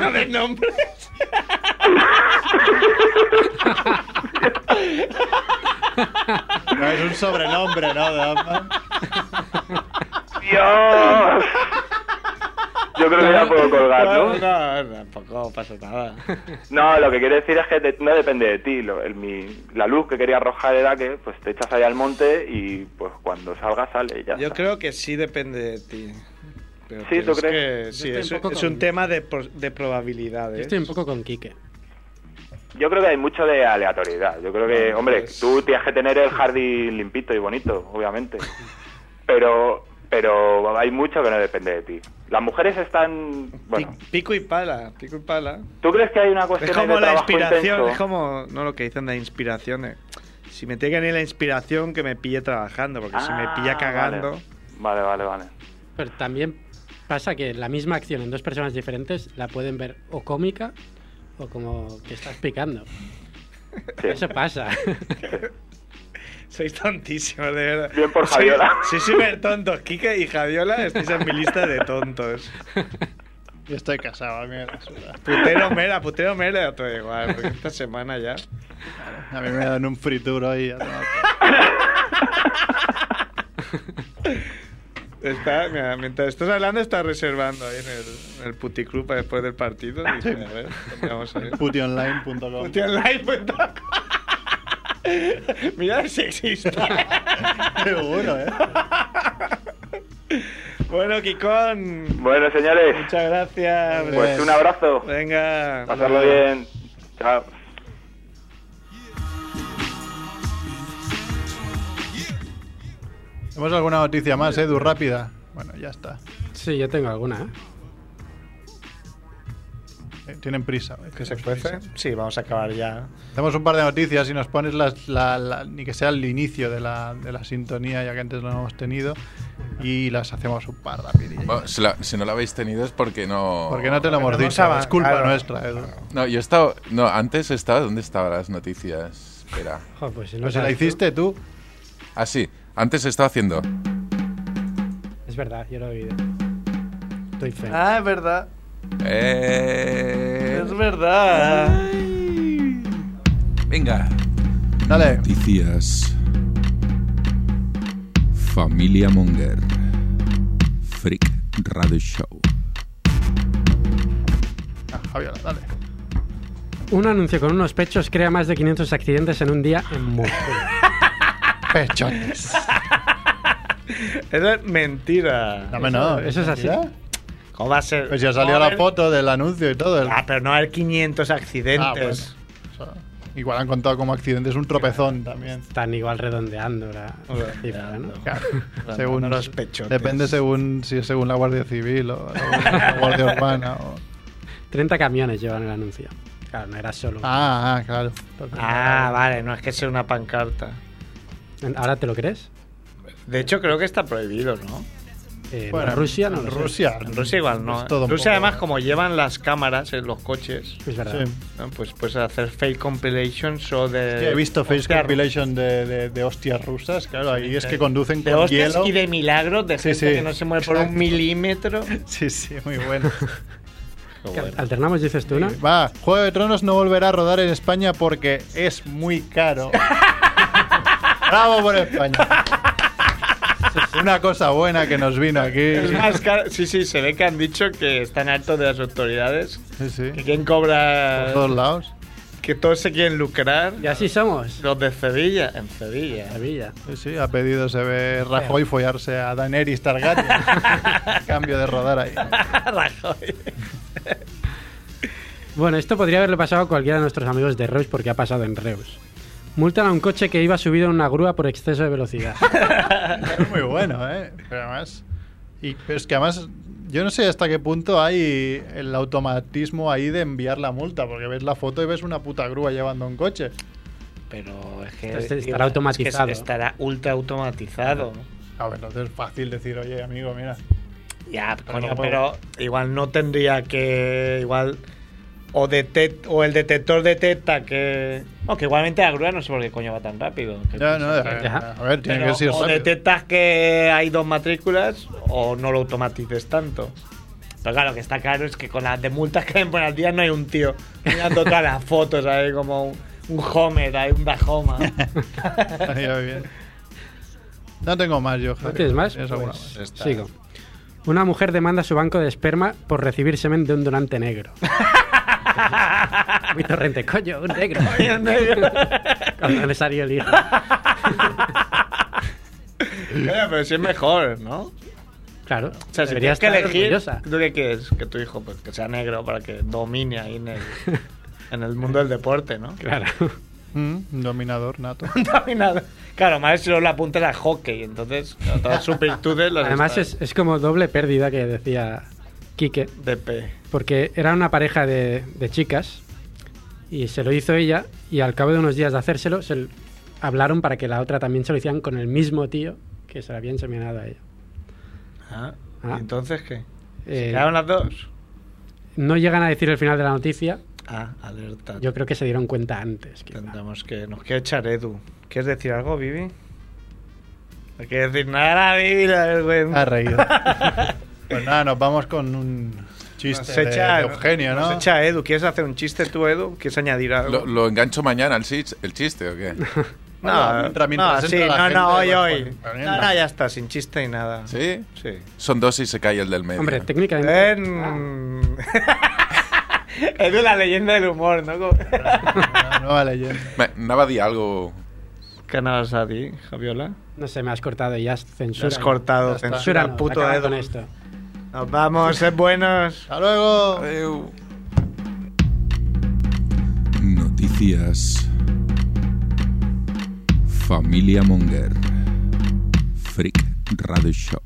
[SPEAKER 1] No de nombres.
[SPEAKER 6] No es un sobrenombre, ¿no? De Batman?
[SPEAKER 10] ¡Dios! Yo creo que ya puedo colgar, ¿no?
[SPEAKER 1] No, no, tampoco pasa nada.
[SPEAKER 10] No, lo que quiero decir es que de- no depende de ti. Lo- el- mi- la luz que quería arrojar era que pues te echas ahí al monte y pues cuando salga sale ya.
[SPEAKER 1] Yo
[SPEAKER 10] está.
[SPEAKER 1] creo que sí depende de ti. Pero
[SPEAKER 10] Sí, ¿tú
[SPEAKER 1] es
[SPEAKER 10] crees?
[SPEAKER 1] que
[SPEAKER 10] Yo
[SPEAKER 1] sí,
[SPEAKER 10] estoy
[SPEAKER 1] es,
[SPEAKER 10] un poco
[SPEAKER 1] es
[SPEAKER 10] con-
[SPEAKER 1] un tema de, pro- de
[SPEAKER 4] Yo
[SPEAKER 1] probabilidades.
[SPEAKER 4] estoy un poco con Quique.
[SPEAKER 10] Yo creo que hay mucho de aleatoriedad. Yo creo que, hombre,
[SPEAKER 1] pues.
[SPEAKER 10] tú tienes que tener el jardín limpito y bonito, obviamente. Pero pero hay mucho que no depende de ti. Las mujeres están, bueno,
[SPEAKER 1] Pico y pala, pico y pala.
[SPEAKER 10] ¿tú crees que hay una cuestión
[SPEAKER 1] Es
[SPEAKER 10] ahí
[SPEAKER 1] como
[SPEAKER 10] de
[SPEAKER 1] la
[SPEAKER 10] trabajo
[SPEAKER 1] inspiración,
[SPEAKER 10] intenso?
[SPEAKER 1] es como no lo que dicen de inspiraciones. Si me tiene que venir la inspiración, que me pille trabajando, porque si me
[SPEAKER 4] Ah,
[SPEAKER 1] pilla
[SPEAKER 4] vale.
[SPEAKER 1] cagando.
[SPEAKER 10] Vale, vale, vale.
[SPEAKER 4] Pero también pasa que la misma acción en dos personas diferentes la pueden ver o cómica o como que estás picando. Eso pasa.
[SPEAKER 1] Sois tontísimos, de verdad.
[SPEAKER 10] Bien por
[SPEAKER 1] Sois-
[SPEAKER 10] Javiola.
[SPEAKER 1] Sois súper tontos. Kike y Javiola estáis en mi lista de tontos.
[SPEAKER 6] Yo estoy casado, a mí me da suda.
[SPEAKER 1] Putero mera, putero mera, todo igual, porque esta semana ya.
[SPEAKER 6] A mí me dan un frituro y ya tengo-
[SPEAKER 1] Está, mira, mientras estás hablando, está reservando ahí en el, en el puticlub para después del partido. Dice, a ver, vamos a ver.
[SPEAKER 6] putionline.com.
[SPEAKER 1] Putionline.com. Mira el sexista.
[SPEAKER 6] Seguro, ¿eh?
[SPEAKER 1] Bueno, Kikón.
[SPEAKER 10] Bueno, señores.
[SPEAKER 1] Muchas gracias.
[SPEAKER 10] Pues un abrazo.
[SPEAKER 1] Venga.
[SPEAKER 10] Pasarlo bien. Chao.
[SPEAKER 6] Tenemos alguna noticia más, Edu, rápida. Bueno, ya está.
[SPEAKER 4] Sí, yo tengo alguna, ¿eh?
[SPEAKER 6] Eh, Tienen prisa.
[SPEAKER 1] ¿Qué se cuece? Sí, vamos a acabar ya.
[SPEAKER 6] Tenemos un par de noticias y nos pones las, la- la- ni que sea el inicio de la, de la sintonía, ya que antes no hemos tenido, y las hacemos un par rapidillas.
[SPEAKER 3] Bueno, si, la- si no lo habéis tenido es porque no.
[SPEAKER 6] Porque no te lo hemos
[SPEAKER 1] no
[SPEAKER 6] dicho,
[SPEAKER 1] sabe,
[SPEAKER 6] es culpa
[SPEAKER 1] claro.
[SPEAKER 6] nuestra, Edu.
[SPEAKER 3] No, yo he estado. No, antes estaba. ¿Dónde estaban las noticias? Espera.
[SPEAKER 4] Joder, pues si no
[SPEAKER 6] Pues se la
[SPEAKER 4] sabes tú.
[SPEAKER 6] hiciste tú.
[SPEAKER 3] Ah, sí. Antes estaba haciendo.
[SPEAKER 4] Es verdad, yo lo he vivido. Estoy feo.
[SPEAKER 1] Ah, es verdad.
[SPEAKER 3] Eh,
[SPEAKER 1] verdad.
[SPEAKER 3] venga.
[SPEAKER 6] Dale.
[SPEAKER 12] Noticias. Familia Monger. Freak Radio Show.
[SPEAKER 6] Ah, Javiola, dale.
[SPEAKER 4] Un anuncio con unos pechos crea más de 500 accidentes en un día en Moscú.
[SPEAKER 6] Pechones.
[SPEAKER 1] Eso es mentira.
[SPEAKER 6] Dame no.
[SPEAKER 4] eso es así.
[SPEAKER 6] mentira.
[SPEAKER 1] ¿Cómo va a ser?
[SPEAKER 6] Pues ya salió
[SPEAKER 1] Joder.
[SPEAKER 6] la foto del anuncio y todo. el-
[SPEAKER 1] Ah, pero no hay 500 accidentes.
[SPEAKER 6] Ah, bueno. O sea, igual han contado como accidentes un tropezón también.
[SPEAKER 4] Están igual redondeando la la
[SPEAKER 1] Redondeando.
[SPEAKER 4] cifra, ¿no?
[SPEAKER 6] Claro,
[SPEAKER 1] Plantando
[SPEAKER 6] según
[SPEAKER 1] los pechotes.
[SPEAKER 6] Depende según si es según la Guardia Civil o la Guardia Urbana. o-
[SPEAKER 4] 30 camiones llevan el anuncio. Claro, no era solo.
[SPEAKER 6] Ah, ah, claro.
[SPEAKER 1] Ah, vale, no es que sea una pancarta.
[SPEAKER 4] ¿Ahora te lo crees?
[SPEAKER 1] De hecho, creo que está prohibido, ¿no?
[SPEAKER 4] Eh,
[SPEAKER 6] Bueno,
[SPEAKER 4] en Rusia no
[SPEAKER 6] en
[SPEAKER 4] lo sé.
[SPEAKER 6] Rusia.
[SPEAKER 1] En Rusia igual no. ¿eh?
[SPEAKER 6] Es Pues todo un
[SPEAKER 1] Rusia
[SPEAKER 6] poco-
[SPEAKER 1] además, como llevan las cámaras en los coches,
[SPEAKER 4] Es verdad.
[SPEAKER 6] Sí.
[SPEAKER 1] ¿no? pues puedes hacer fake compilations o de...
[SPEAKER 6] Hostia, he visto face
[SPEAKER 1] hostias-
[SPEAKER 6] compilation de, de- de hostias rusas, claro, ahí es que conducen
[SPEAKER 1] De
[SPEAKER 6] con
[SPEAKER 1] hostias
[SPEAKER 6] hielo.
[SPEAKER 1] y de milagros, de
[SPEAKER 6] Sí,
[SPEAKER 1] gente
[SPEAKER 6] sí.
[SPEAKER 1] que no se mueve por un
[SPEAKER 6] Exacto.
[SPEAKER 1] milímetro.
[SPEAKER 6] Sí, sí, muy bueno.
[SPEAKER 4] Alternamos, dices tú, ¿no?
[SPEAKER 6] Va, Juego de Tronos no volverá a rodar en España porque es muy caro. Bravo por España. Una cosa buena que nos vino aquí.
[SPEAKER 1] Es más caro. Sí, sí, se ve que han dicho que están hartos de las autoridades.
[SPEAKER 6] Sí, sí.
[SPEAKER 1] Que quién cobra...
[SPEAKER 6] Por todos lados.
[SPEAKER 1] Que todos se quieren lucrar.
[SPEAKER 4] Y así somos.
[SPEAKER 1] Los de Sevilla, en Sevilla.
[SPEAKER 4] Maravilla.
[SPEAKER 6] Sí, sí, ha pedido, se ve Rajoy follarse a Daenerys Targaryen. Cambio de rodar ahí.
[SPEAKER 1] Rajoy.
[SPEAKER 4] Bueno, esto podría haberle pasado a cualquiera de nuestros amigos de Reus porque ha pasado en Reus. Multan a un coche que iba subido en una grúa por exceso de velocidad.
[SPEAKER 6] Es muy bueno, ¿eh? Pero además. Y, pero es que además, yo no sé hasta qué punto hay el automatismo ahí de enviar la multa, porque ves la foto y ves una puta grúa llevando un coche.
[SPEAKER 1] Pero es que
[SPEAKER 4] Entonces estará
[SPEAKER 1] es que
[SPEAKER 4] automatizado.
[SPEAKER 1] estará ultra automatizado.
[SPEAKER 6] A ver, entonces es fácil decir, oye, amigo, mira.
[SPEAKER 1] Ya,
[SPEAKER 6] Pero
[SPEAKER 1] coño,
[SPEAKER 6] no
[SPEAKER 1] pero igual no tendría que igual o detect, o el detector detecta que o que igualmente la grúa no sé por qué coño va tan rápido. que
[SPEAKER 6] No, no,
[SPEAKER 1] piensa
[SPEAKER 6] a ver,
[SPEAKER 1] que-
[SPEAKER 4] Ya.
[SPEAKER 6] a ver, tiene
[SPEAKER 1] Pero
[SPEAKER 6] que ser
[SPEAKER 1] o
[SPEAKER 6] rápido.
[SPEAKER 1] detectas que hay dos matrículas o no lo automatices tanto. Pero claro, lo que está claro es que con las de multas que ven por al día no hay un tío mirando todas las fotos ahí como un, un Homer, ahí un Dahoma.
[SPEAKER 6] Ahí va bien. No tengo más, yo. Javi.
[SPEAKER 4] tienes más?
[SPEAKER 6] ¿Tienes
[SPEAKER 4] Pues,
[SPEAKER 6] alguna más?
[SPEAKER 4] Sigo. Una mujer demanda su banco de esperma por recibir semen de un donante negro. Muy torrente, coño, un negro. Cuando le salió el hijo.
[SPEAKER 1] Coño, pero sí es mejor, ¿no?
[SPEAKER 4] Claro.
[SPEAKER 1] O sea, si
[SPEAKER 4] debería
[SPEAKER 1] tienes que
[SPEAKER 4] estar
[SPEAKER 1] elegir,
[SPEAKER 4] orgullosa.
[SPEAKER 1] ¿tú qué quieres? Que tu hijo pues, que sea negro para que domine ahí en el, en el mundo del deporte, ¿no?
[SPEAKER 4] Claro.
[SPEAKER 6] Mm, un dominador nato.
[SPEAKER 1] Dominado. Claro, más si luego le apuntas al hockey, entonces claro, todas sus virtudes las
[SPEAKER 4] Además,
[SPEAKER 1] está-
[SPEAKER 4] es, es como doble pérdida que decía Quique.
[SPEAKER 1] de pe.
[SPEAKER 4] porque era una pareja de, de chicas y se lo hizo ella y al cabo de unos días de hacérselo se l- hablaron para que la otra también se lo hicieran con el mismo tío que se la había inseminado a ella.
[SPEAKER 1] Ah, ¿y
[SPEAKER 4] Ah.
[SPEAKER 1] entonces qué?
[SPEAKER 4] Eh,
[SPEAKER 1] ¿Quedaron las dos?
[SPEAKER 4] no llegan a decir el final de la noticia,
[SPEAKER 1] Ah, alerta.
[SPEAKER 4] yo creo que se dieron cuenta antes. quizá.
[SPEAKER 1] Tendremos que. Nos quiere echar Edu. ¿Quieres decir algo, Vivi? No
[SPEAKER 4] Ah,
[SPEAKER 1] quieres decir nada, Vivi, la vergüenza.
[SPEAKER 6] Ha reído. Pues nada, nos vamos con un Chiste
[SPEAKER 1] Se
[SPEAKER 6] de-
[SPEAKER 1] echa,
[SPEAKER 6] de Eugenio, ¿no?
[SPEAKER 1] Se echa Edu. ¿Quieres hacer un chiste tú, Edu? ¿Quieres añadir algo?
[SPEAKER 3] ¿Lo, lo engancho mañana al chis- el chiste o qué?
[SPEAKER 1] no,
[SPEAKER 6] mientras- mientras
[SPEAKER 1] no, sí, no,
[SPEAKER 6] entra la
[SPEAKER 1] no, hoy,
[SPEAKER 6] gente,
[SPEAKER 1] hoy.
[SPEAKER 6] pues, poniendo.
[SPEAKER 1] No, no, ya está, sin chiste y nada.
[SPEAKER 3] ¿Sí?
[SPEAKER 1] Sí.
[SPEAKER 3] Son dos y se cae el del medio.
[SPEAKER 4] Hombre,
[SPEAKER 1] Eh.
[SPEAKER 4] técnicamente. Em,
[SPEAKER 1] En... Edu, la leyenda del humor, ¿no? Como-
[SPEAKER 6] La nueva leyenda.
[SPEAKER 3] Me- Nava di algo.
[SPEAKER 1] ¿Qué nada a ti, Javiola?
[SPEAKER 4] No sé, me has cortado ya, censura.
[SPEAKER 1] Lo has cortado,
[SPEAKER 6] está.
[SPEAKER 1] censura
[SPEAKER 4] Censura,
[SPEAKER 1] al puto
[SPEAKER 4] acaba
[SPEAKER 1] Edu.
[SPEAKER 4] con esto.
[SPEAKER 1] Nos vamos, sed buenos.
[SPEAKER 6] ¡Hasta luego!
[SPEAKER 3] Adeu.
[SPEAKER 13] Noticias. Familia Monger. Freak Radio Show.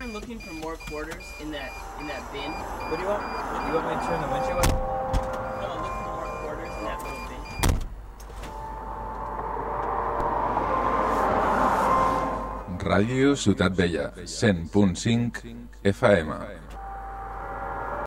[SPEAKER 10] I'm looking for more quarters in that in that bin.
[SPEAKER 14] What do you want? You want me to turn the windshield up?
[SPEAKER 10] No, I'm looking for more quarters in that little bin.
[SPEAKER 3] Ràdio Ciutat Vella, 100.5 FM.